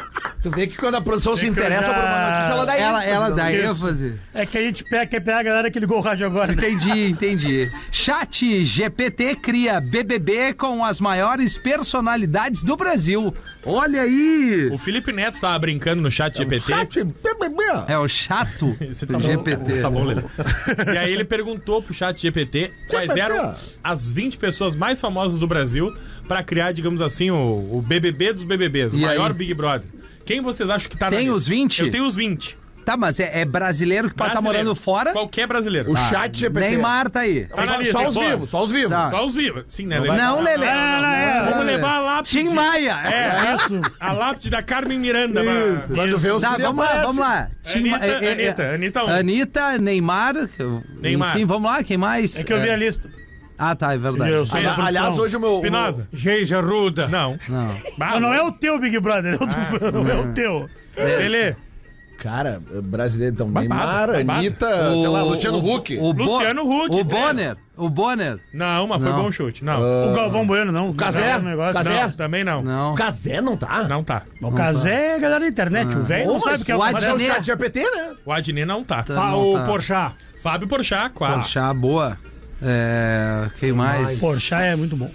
Speaker 6: é- Tu vê que quando a produção se interessa por uma notícia, ela dá
Speaker 4: Ela,
Speaker 6: ênfase,
Speaker 4: ela
Speaker 6: né?
Speaker 4: dá
Speaker 6: Isso.
Speaker 4: ênfase.
Speaker 5: É que a gente pega, quer pegar a galera que ligou o rádio agora. né?
Speaker 4: Entendi, entendi. Chat GPT cria BBB com as maiores personalidades do Brasil. Olha aí!
Speaker 7: O Felipe Neto tava brincando
Speaker 5: É
Speaker 7: no
Speaker 5: um
Speaker 7: chat GPT.
Speaker 6: tipo,
Speaker 4: É o chato
Speaker 7: Você
Speaker 4: do
Speaker 7: bom,
Speaker 4: GPT.
Speaker 7: Tá bom, Lelê. E aí ele perguntou pro chat GPT quais eram as 20 pessoas mais famosas do Brasil pra criar, digamos assim, o, o BBB dos BBBs, o
Speaker 4: E aí?
Speaker 7: maior Big Brother. Quem vocês acham que tá
Speaker 4: Tem
Speaker 7: lista?
Speaker 4: os 20?
Speaker 7: Eu tenho os 20.
Speaker 4: Tá, mas é, é brasileiro que pode estar
Speaker 7: Brasileiro.
Speaker 4: morando fora?
Speaker 7: Qualquer brasileiro.
Speaker 6: O chat
Speaker 5: é?
Speaker 6: GPT.
Speaker 4: Neymar tá aí.
Speaker 7: Tá na
Speaker 6: É Só-
Speaker 7: lista,
Speaker 6: Só os
Speaker 7: bora.
Speaker 6: vivos, só os vivos.
Speaker 4: Tá.
Speaker 7: Só os vivos. Sim, né, Lelê?
Speaker 4: Não, Lelê.
Speaker 5: é? não, não, não, não.
Speaker 7: Vamos levar lá.
Speaker 4: Tim Maia.
Speaker 7: É, isso. A lápide da Carmen Miranda. mas-
Speaker 6: Quando vê os
Speaker 4: Tá, vamos
Speaker 6: né?
Speaker 5: é
Speaker 4: lá, vamos lá. Tim Ma- é,
Speaker 7: Anitta, Anitta, Anitta um.
Speaker 4: Anitta, Neymar. eu-
Speaker 7: Neymar.
Speaker 4: Enfim, vamos lá, quem mais?
Speaker 5: É que eu vi a lista.
Speaker 4: Ah, tá, é verdade.
Speaker 5: Eu sou da
Speaker 6: Ali- Aliás, hoje o meu.
Speaker 7: Espinosa.
Speaker 8: Geija Ruda.
Speaker 7: Não.
Speaker 4: Não.
Speaker 5: Não, não é o teu, Big Brother. é o do- Não é o teu.
Speaker 7: Lelê.
Speaker 6: o- Cara, brasileiro, então. Neymar,
Speaker 7: babado.
Speaker 6: Anitta, sei lá, Luciano Huck.
Speaker 4: o Bo-
Speaker 7: Luciano Huck,
Speaker 4: O
Speaker 7: é.
Speaker 4: Bonner. O Bonner.
Speaker 7: Não, mas foi
Speaker 4: Não. Ah,
Speaker 7: bom chute. Não.
Speaker 5: O Galvão Bueno, não. O
Speaker 8: Cazé?
Speaker 5: Não, negócio,
Speaker 8: Cazé?
Speaker 7: Não, também não. Não,
Speaker 4: Não.
Speaker 8: Cazé não tá?
Speaker 7: tá.
Speaker 5: O Cazé é a galera da internet. O velho não sabe o que é
Speaker 4: o
Speaker 5: o Cazé.
Speaker 4: Adnet.
Speaker 6: Chat GPT, né?
Speaker 7: O Adnet não tá.
Speaker 4: Tá,
Speaker 7: Fá-
Speaker 4: não tá.
Speaker 8: Porchat.
Speaker 7: Fábio Porchat, claro.
Speaker 4: Porchat, boa. É, quem mais?
Speaker 5: Porchat é muito bom.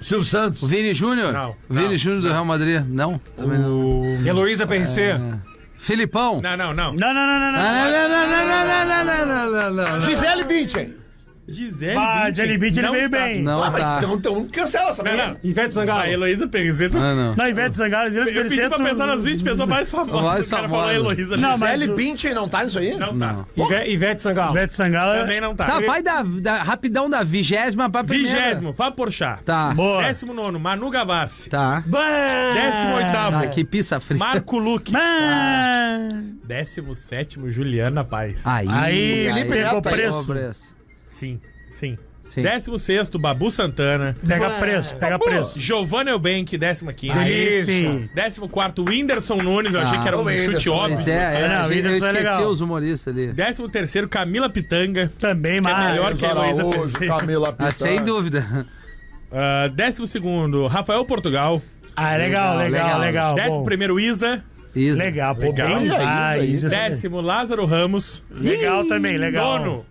Speaker 6: Silvio Santos.
Speaker 4: O Vini Júnior?
Speaker 7: Não,
Speaker 4: Vini
Speaker 7: não,
Speaker 4: Júnior do Real Madrid? Não? Também não.
Speaker 7: O-
Speaker 8: Heloísa PRC.
Speaker 4: Filipão?
Speaker 7: Não, não, não.
Speaker 5: Não, não, não, não. não.
Speaker 4: Ah, não, não, não, não, não, não, não, não, não, não.
Speaker 6: Gisele Bündchen.
Speaker 7: Gisele
Speaker 5: Ah,
Speaker 7: Bündchen
Speaker 5: Jelly Beat ele
Speaker 7: não
Speaker 5: veio
Speaker 7: está.
Speaker 5: bem.
Speaker 4: Não,
Speaker 6: Ah, mas
Speaker 4: tá.
Speaker 6: então, então cancela essa
Speaker 7: Não,
Speaker 6: merda.
Speaker 7: não.
Speaker 8: Ivete
Speaker 7: A
Speaker 8: Sangalo.
Speaker 7: Heloísa Perez.
Speaker 4: Ah, não.
Speaker 5: Na Ivete Sangalo, Gisele
Speaker 7: Eu pedi pra
Speaker 5: Bereceto-
Speaker 7: pensar nas 20 pessoas mais famosas.
Speaker 4: Mais
Speaker 7: o cara
Speaker 4: famosas.
Speaker 7: falou Heloísa
Speaker 5: Não, mas-
Speaker 6: Gisele Bündchen não tá nisso aí?
Speaker 7: Não, tá.
Speaker 8: Ive- Ivete Sangalo.
Speaker 5: Ivete Sangalo é-
Speaker 7: Também não tá.
Speaker 4: Tá, vai da, da rapidão da vigésima pra primeira.
Speaker 7: Vigésimo, Fábio Porchat.
Speaker 4: Tá,
Speaker 5: Boa.
Speaker 7: Décimo nono, Manu Gavassi.
Speaker 4: tá.
Speaker 7: Décimo
Speaker 4: Tá, que
Speaker 7: oitavo,
Speaker 4: pizza fria.
Speaker 7: Marco Luque.
Speaker 5: Ah,
Speaker 7: Décimo sétimo, Juliana Paz.
Speaker 4: Aí,
Speaker 5: Aí, Felipe
Speaker 4: pegou
Speaker 5: Neto
Speaker 4: preço.
Speaker 5: aí.
Speaker 7: Sim, sim.
Speaker 4: Sim.
Speaker 7: Décimo sexto, Babu Santana.
Speaker 5: Pega preço, pega preço.
Speaker 7: Giovanna Elbank, décima quinta.
Speaker 5: Aí sim.
Speaker 7: Décimo quarto, Whindersson Nunes. Eu achei que era
Speaker 6: o
Speaker 7: um chute
Speaker 6: Whindersson,
Speaker 7: óbvio.
Speaker 4: Mas é, é,
Speaker 5: Não,
Speaker 4: a gente-
Speaker 5: Whindersson
Speaker 4: eu esqueci
Speaker 5: é legal.
Speaker 4: os humoristas ali.
Speaker 7: Décimo terceiro, Camila Pitanga.
Speaker 5: Também,
Speaker 7: Que é
Speaker 5: mas... é
Speaker 7: melhor que a Heloísa
Speaker 6: Araújo,
Speaker 7: Perez.
Speaker 6: Camila
Speaker 4: Ah,
Speaker 6: Pitanga.
Speaker 4: sem dúvida.
Speaker 7: Ah, décimo segundo, Rafael Portugal.
Speaker 5: Ah, legal,
Speaker 4: Legal,
Speaker 5: legal, legal.
Speaker 7: décimo
Speaker 5: Tá bom.
Speaker 7: primeiro, Isa.
Speaker 4: Isso.
Speaker 5: Legal, pô,
Speaker 7: Legal.
Speaker 5: bem
Speaker 6: Olha
Speaker 5: demais,
Speaker 6: isso
Speaker 5: essa-
Speaker 7: Décimo, Lázaro Ramos.
Speaker 5: Legal também, legal.
Speaker 7: Nono,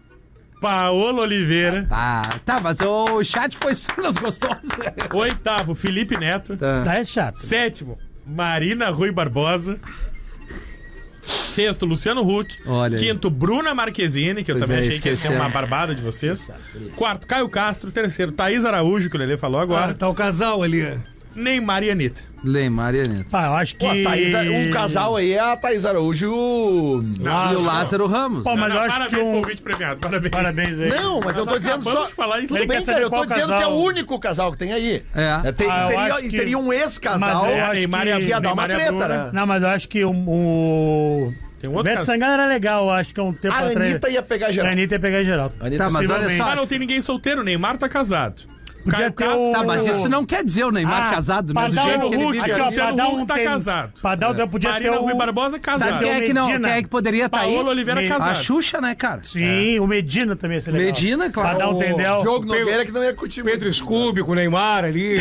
Speaker 7: Paolo Oliveira.
Speaker 4: Tá, tá, mas o chat foi só nos gostosos.
Speaker 7: Oitavo, Felipe Neto.
Speaker 4: Tá.
Speaker 5: Tá, é chato.
Speaker 7: Sétimo, Marina Rui Barbosa. Sexto, Luciano Huck.
Speaker 4: Olha aí.
Speaker 7: Quinto, Bruna Marquezine, que eu
Speaker 4: Pois
Speaker 7: também
Speaker 4: é,
Speaker 7: achei que ia ser
Speaker 4: esquecemos.
Speaker 7: uma barbada de vocês. Quarto, Caio Castro. Terceiro, Thaís Araújo, que o Lelê falou
Speaker 8: Ah,
Speaker 7: agora.
Speaker 8: tá o casal ali.
Speaker 7: Neymar e Anitta.
Speaker 4: Neymar e Anitta.
Speaker 5: Pá, eu acho que...
Speaker 6: Pô, a Thaís, um casal aí é a Thaís Araújo e o... Ah,
Speaker 5: Tá.
Speaker 4: E o Lázaro Ramos.
Speaker 5: Pô, Ah, mas eu acho
Speaker 7: parabéns
Speaker 5: que um...
Speaker 7: pro vídeo premiado, parabéns.
Speaker 5: Parabéns aí.
Speaker 6: Não, mas eu tô dizendo
Speaker 7: acabamos
Speaker 6: só.
Speaker 7: de falar isso.
Speaker 6: Tudo
Speaker 5: Ele
Speaker 6: bem, cara,
Speaker 5: quer saber
Speaker 6: eu tô
Speaker 5: qual
Speaker 6: dizendo
Speaker 5: casal.
Speaker 6: que é o único casal que tem aí.
Speaker 4: É.
Speaker 6: É, tem-
Speaker 5: Ah, eu
Speaker 6: teria,
Speaker 5: acho que-
Speaker 6: teria um ex-casal
Speaker 5: Mas é,
Speaker 6: que
Speaker 7: Neymar e a-
Speaker 6: ia dar uma
Speaker 7: Neymar e a
Speaker 6: treta,
Speaker 7: Bruna.
Speaker 6: né?
Speaker 5: Não, mas eu acho que o... o...
Speaker 7: Tem um outro
Speaker 5: Ivete
Speaker 7: caso.
Speaker 5: Sangalo era legal, eu acho que há um tempo
Speaker 6: A
Speaker 5: atrás.
Speaker 4: é
Speaker 6: Anitta ia pegar
Speaker 5: A
Speaker 6: geral.
Speaker 5: Anitta ia pegar geral.
Speaker 6: Anitta
Speaker 4: Tá, mas olha
Speaker 5: possivelmente.
Speaker 4: só.
Speaker 7: Ah, não tem ninguém solteiro, Neymar tá casado.
Speaker 5: Podia ter o-
Speaker 4: Tá, mas
Speaker 5: o-
Speaker 4: isso não quer dizer o Neymar
Speaker 5: Ah,
Speaker 4: casado, né?
Speaker 5: pra
Speaker 4: Do
Speaker 5: dar
Speaker 4: jeito
Speaker 5: o
Speaker 4: que ele
Speaker 5: Hulk,
Speaker 4: vive assim. É.
Speaker 5: aqui, ó,
Speaker 4: aqui.
Speaker 7: Luciano
Speaker 5: pra dar
Speaker 7: Huck
Speaker 5: um
Speaker 7: tá
Speaker 5: tem-
Speaker 7: casado.
Speaker 5: Pra dar o... Podia ter um-
Speaker 7: Marina Rui
Speaker 5: o...
Speaker 7: Barbosa
Speaker 4: Sabe
Speaker 7: casado.
Speaker 4: quem é que não?
Speaker 5: Medina.
Speaker 4: Quem é que poderia estar aí?
Speaker 7: Paolo Oliveira
Speaker 5: Me-
Speaker 7: casado.
Speaker 4: A Xuxa, né, cara?
Speaker 5: Sim, o Medina também ia ser legal.
Speaker 4: Medina, claro.
Speaker 5: Pra dar um tendel.
Speaker 6: Diogo Nogueira que não ia curtir
Speaker 8: Pedro Scooby com o Neymar ali.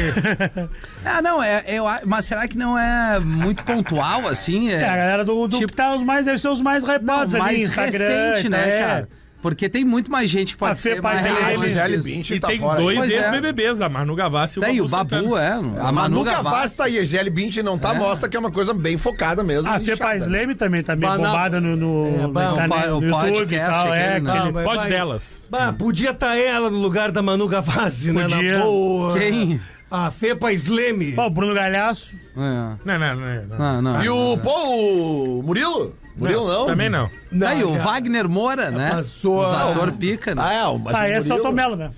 Speaker 4: Ah, não, é, eu a- mas será que não é muito pontual, assim? É,
Speaker 5: É, a galera do, do
Speaker 4: Tipo-
Speaker 5: que tá os mais, deve ser os mais
Speaker 4: não,
Speaker 5: hypados ali,
Speaker 4: mais
Speaker 5: Instagram.
Speaker 4: recente, né,
Speaker 5: é.
Speaker 4: cara? Porque tem muito mais gente que
Speaker 5: A
Speaker 4: pode
Speaker 5: Fê
Speaker 4: ser mais
Speaker 5: Paes
Speaker 6: A
Speaker 5: Leme.
Speaker 4: relevante
Speaker 6: Gisele
Speaker 4: disso.
Speaker 6: Bündchen
Speaker 7: E
Speaker 6: tá
Speaker 7: tem
Speaker 6: fora.
Speaker 7: dois
Speaker 4: Pois é.
Speaker 7: ex-BBBs, a Manu Gavassi e o
Speaker 4: Tá aí, o
Speaker 7: Santana.
Speaker 4: Babu, é. A Manu
Speaker 6: Manu
Speaker 4: Gavassi.
Speaker 6: Gavassi tá aí, a Gisele Bündchen não tá, mostra que é uma coisa bem focada mesmo.
Speaker 5: A Fê
Speaker 6: nichada.
Speaker 5: Paz Ah, Leme também tá meio
Speaker 8: Banal.
Speaker 5: bombada no, no,
Speaker 8: É,
Speaker 5: no
Speaker 8: bom,
Speaker 5: internet,
Speaker 4: o
Speaker 5: no
Speaker 4: po- o
Speaker 5: YouTube e
Speaker 4: podcast
Speaker 5: tal. É,
Speaker 4: aquele, né?
Speaker 5: aquele-
Speaker 7: Pode delas.
Speaker 8: Bah, podia estar ela no lugar da Manu Gavassi, né?
Speaker 5: Podia.
Speaker 8: Na boa.
Speaker 4: Quem?
Speaker 8: A Fepa Sleme.
Speaker 5: Pô, o Bruno Galhaço.
Speaker 4: É.
Speaker 7: Não, não, não. não.
Speaker 4: Não, não.
Speaker 6: E o, pô, o Murilo? Murilo não?
Speaker 7: Também não.
Speaker 8: Não,
Speaker 4: Tá aí, o
Speaker 8: cara.
Speaker 4: Wagner Moura, né? Os
Speaker 8: Passou.
Speaker 4: ator pica, né?
Speaker 6: Ah, é, mas
Speaker 5: Ah,
Speaker 6: o
Speaker 5: esse é o
Speaker 6: Murilo-
Speaker 5: Tomelo, né?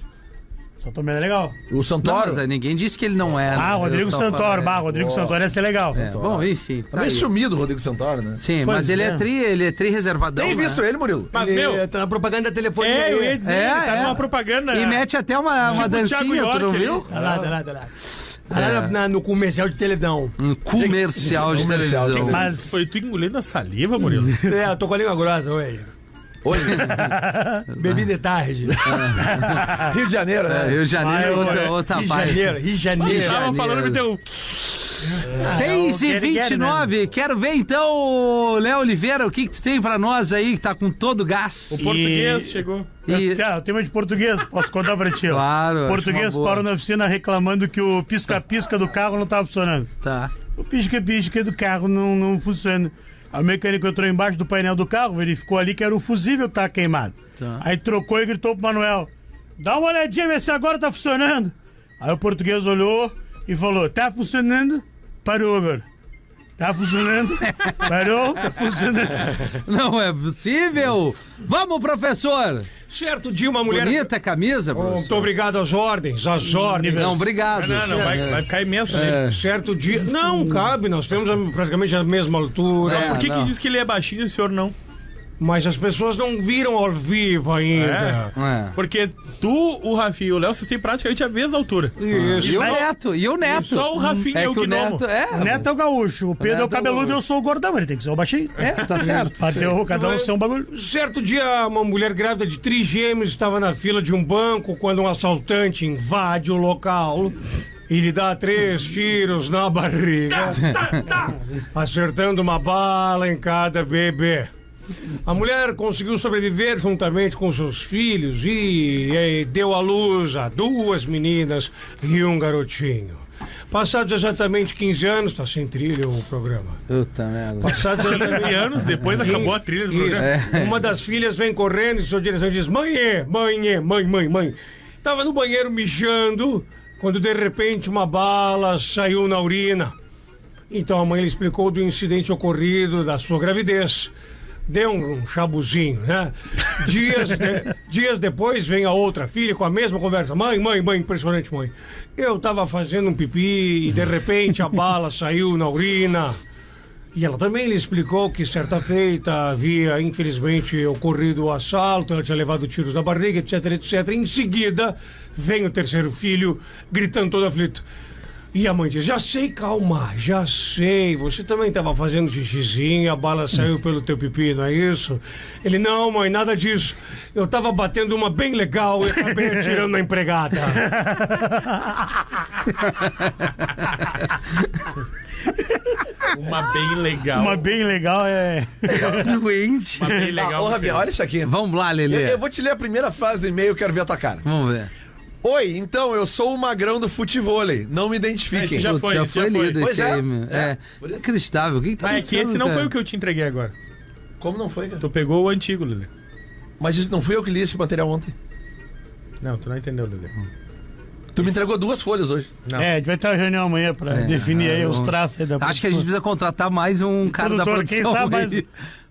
Speaker 5: São Tomelo é legal.
Speaker 6: O
Speaker 4: Não,
Speaker 6: Santoro.
Speaker 4: mas aí ninguém disse que ele não é. né?
Speaker 5: Ah,
Speaker 4: Eu
Speaker 5: Rodrigo
Speaker 4: só
Speaker 5: Santoro.
Speaker 4: falei.
Speaker 5: Bah, Rodrigo Santoro ia ser legal.
Speaker 4: É, bom, enfim. tá
Speaker 6: Tá meio
Speaker 4: aí.
Speaker 6: sumido o Rodrigo Santoro, né?
Speaker 4: Sim,
Speaker 5: Pois
Speaker 4: mas ele é
Speaker 5: é.
Speaker 4: tri, ele é tri reservadão.
Speaker 6: Tem
Speaker 4: né?
Speaker 6: visto ele, Murilo?
Speaker 7: Mas,
Speaker 8: É,
Speaker 7: meu,
Speaker 8: tá na propaganda telefônica.
Speaker 7: é, eu ia
Speaker 8: ali.
Speaker 7: dizer,
Speaker 4: É,
Speaker 7: ele tá
Speaker 4: é.
Speaker 7: numa propaganda.
Speaker 4: E mete até uma, uma
Speaker 7: Tipo o Thiago
Speaker 4: dancinha, tu
Speaker 7: York
Speaker 4: não
Speaker 7: ali.
Speaker 4: viu?
Speaker 8: Tá lá, tá lá, tá lá. Tá lá na- na- no comercial de televisão.
Speaker 4: Um comercial de
Speaker 6: Comercial de
Speaker 4: televisão.
Speaker 6: televisão.
Speaker 5: Mas
Speaker 7: Foi tu engolindo a saliva, Murilo?
Speaker 8: É, eu tô com a língua grossa hoje.
Speaker 4: Hoje,
Speaker 8: Bebi de tarde.
Speaker 6: Rio de Janeiro, né?
Speaker 4: Rio de Janeiro é
Speaker 5: Vai,
Speaker 4: outra,
Speaker 5: vai.
Speaker 4: outra
Speaker 8: Rio de
Speaker 4: vibe.
Speaker 8: Janeiro, Rio de Janeiro.
Speaker 7: Tava falando que deu.
Speaker 4: 6
Speaker 5: É,
Speaker 4: e
Speaker 5: o Gary Gary,
Speaker 4: 29 Quero ver então, Léo Oliveira, o que, que tu tem pra nós aí que tá com todo o gás?
Speaker 7: O português chegou.
Speaker 4: E-
Speaker 5: Eu, tá, eu tenho uma de português, posso contar pra ti. ó.
Speaker 4: Claro, acho uma
Speaker 5: Português
Speaker 4: boa.
Speaker 5: parou na oficina reclamando que o pisca-pisca do carro não tava funcionando.
Speaker 4: Tá.
Speaker 5: O pisca-pisca do carro não, não funciona. Aí o mecânico entrou embaixo do painel do carro, verificou ali que era o fusível que tava queimado.
Speaker 4: Tá.
Speaker 5: Aí trocou e gritou pro Manuel: Dá uma olhadinha, vê se agora tá funcionando. Aí o português olhou e falou: Tá funcionando? Parou agora. Tá funcionando? Parou? Tá funcionando.
Speaker 4: Não é possível! Vamos, professor!
Speaker 8: Certo dia, uma mulher.
Speaker 4: Bonita a camisa,
Speaker 8: Muito
Speaker 4: professor.
Speaker 8: obrigado às ordens, às ordens.
Speaker 4: Não, obrigado.
Speaker 7: Ah, Não, não, vai, vai ficar imenso.
Speaker 4: É.
Speaker 7: né?
Speaker 8: Certo dia. Não, cabe, nós temos a- praticamente a mesma altura.
Speaker 4: É.
Speaker 7: Por que, que
Speaker 4: não.
Speaker 7: diz que ele é baixinho e o senhor não?
Speaker 8: Mas as pessoas não viram ao vivo ainda.
Speaker 4: É.
Speaker 7: Porque tu, o Rafinha e o Léo, vocês têm praticamente a mesma altura.
Speaker 8: Isso.
Speaker 4: Ah. E o
Speaker 7: Só-
Speaker 4: neto, e o neto.
Speaker 7: só o Rafinha é o
Speaker 4: que o
Speaker 7: gnomo.
Speaker 4: neto,
Speaker 5: O
Speaker 4: é,
Speaker 5: Neto é o gaúcho, o Pedro é o cabeludo e eu sou o gordão, ele tem que ser o baixinho.
Speaker 4: é, tá certo.
Speaker 5: Até o cada um
Speaker 8: Mas-
Speaker 5: ser um bagulho.
Speaker 8: Certo dia, uma mulher grávida de trigêmeos estava na fila de um banco quando um assaltante invade o local e lhe dá três tiros na barriga, acertando uma bala em cada bebê. A mulher conseguiu sobreviver juntamente com seus filhos e, eh, deu à luz a duas meninas e um garotinho. Passados exatamente 15 anos, está sem trilha o programa.
Speaker 4: Puta merda.
Speaker 8: Passados
Speaker 7: 15 anos depois acabou a trilha do
Speaker 8: Isso.
Speaker 7: programa.
Speaker 8: Uma das filhas vem correndo em sua direção e diz: Mãe, é, mãe, é, mãe, mãe, mãe. Tava no banheiro mijando quando de repente uma bala saiu na urina. Então a mãe lhe explicou do incidente ocorrido, da sua gravidez. Deu um chabuzinho, né? Dias, de- dias depois vem a outra filha com a mesma conversa. Mãe, mãe, mãe, impressionante, mãe. Eu tava fazendo um pipi e de repente a bala saiu na urina. E ela também lhe explicou que certa feita havia, infelizmente, ocorrido o assalto, ela tinha levado tiros na barriga, etc, etc. Em seguida, vem o terceiro filho, gritando todo aflito. E a mãe diz, já sei, calma, já sei, você também estava fazendo xixizinho, a bala saiu pelo teu pipi, não é isso? Ele, não mãe, nada disso, eu estava batendo uma bem legal e acabei atirando na empregada.
Speaker 7: Uma bem
Speaker 4: Tá
Speaker 7: legal.
Speaker 5: Uma bem legal é.
Speaker 4: Doente.
Speaker 7: Uma bem
Speaker 6: Ah,
Speaker 7: legal.
Speaker 6: ô, Rafinha, olha isso aqui.
Speaker 4: Vamos lá,
Speaker 6: Eu,
Speaker 4: Lelê.
Speaker 6: eu vou te ler a primeira frase do e-mail, quero ver a tua cara.
Speaker 4: Vamos ver.
Speaker 6: Oi, então, eu sou o magrão do futevôlei. Não me identifiquem.
Speaker 7: É, já
Speaker 4: Putz,
Speaker 7: foi,
Speaker 4: já
Speaker 7: esse
Speaker 4: foi
Speaker 7: já foi.
Speaker 4: lido
Speaker 6: Pois
Speaker 4: esse
Speaker 6: é,
Speaker 4: aí, meu.
Speaker 6: é.
Speaker 4: É. Inacreditável. O que, que tá
Speaker 7: Ah, é que
Speaker 4: acontecendo,
Speaker 7: esse não
Speaker 4: cara?
Speaker 7: foi o que eu te entreguei agora.
Speaker 6: Como não foi, cara?
Speaker 7: Tu pegou o antigo, Lelê.
Speaker 6: Mas isso não fui eu que li esse material ontem.
Speaker 7: Não, tu não entendeu, Lelê.
Speaker 6: Tu me entregou duas folhas hoje.
Speaker 7: Não.
Speaker 5: É, a gente vai ter uma reunião amanhã pra definir aí
Speaker 4: ah,
Speaker 5: os
Speaker 4: bom.
Speaker 5: traços aí da
Speaker 4: Acho que a gente
Speaker 5: produção.
Speaker 4: precisa contratar mais um cara da
Speaker 5: Produtor, quem
Speaker 4: produção.
Speaker 5: sabe
Speaker 4: aí.
Speaker 5: mais-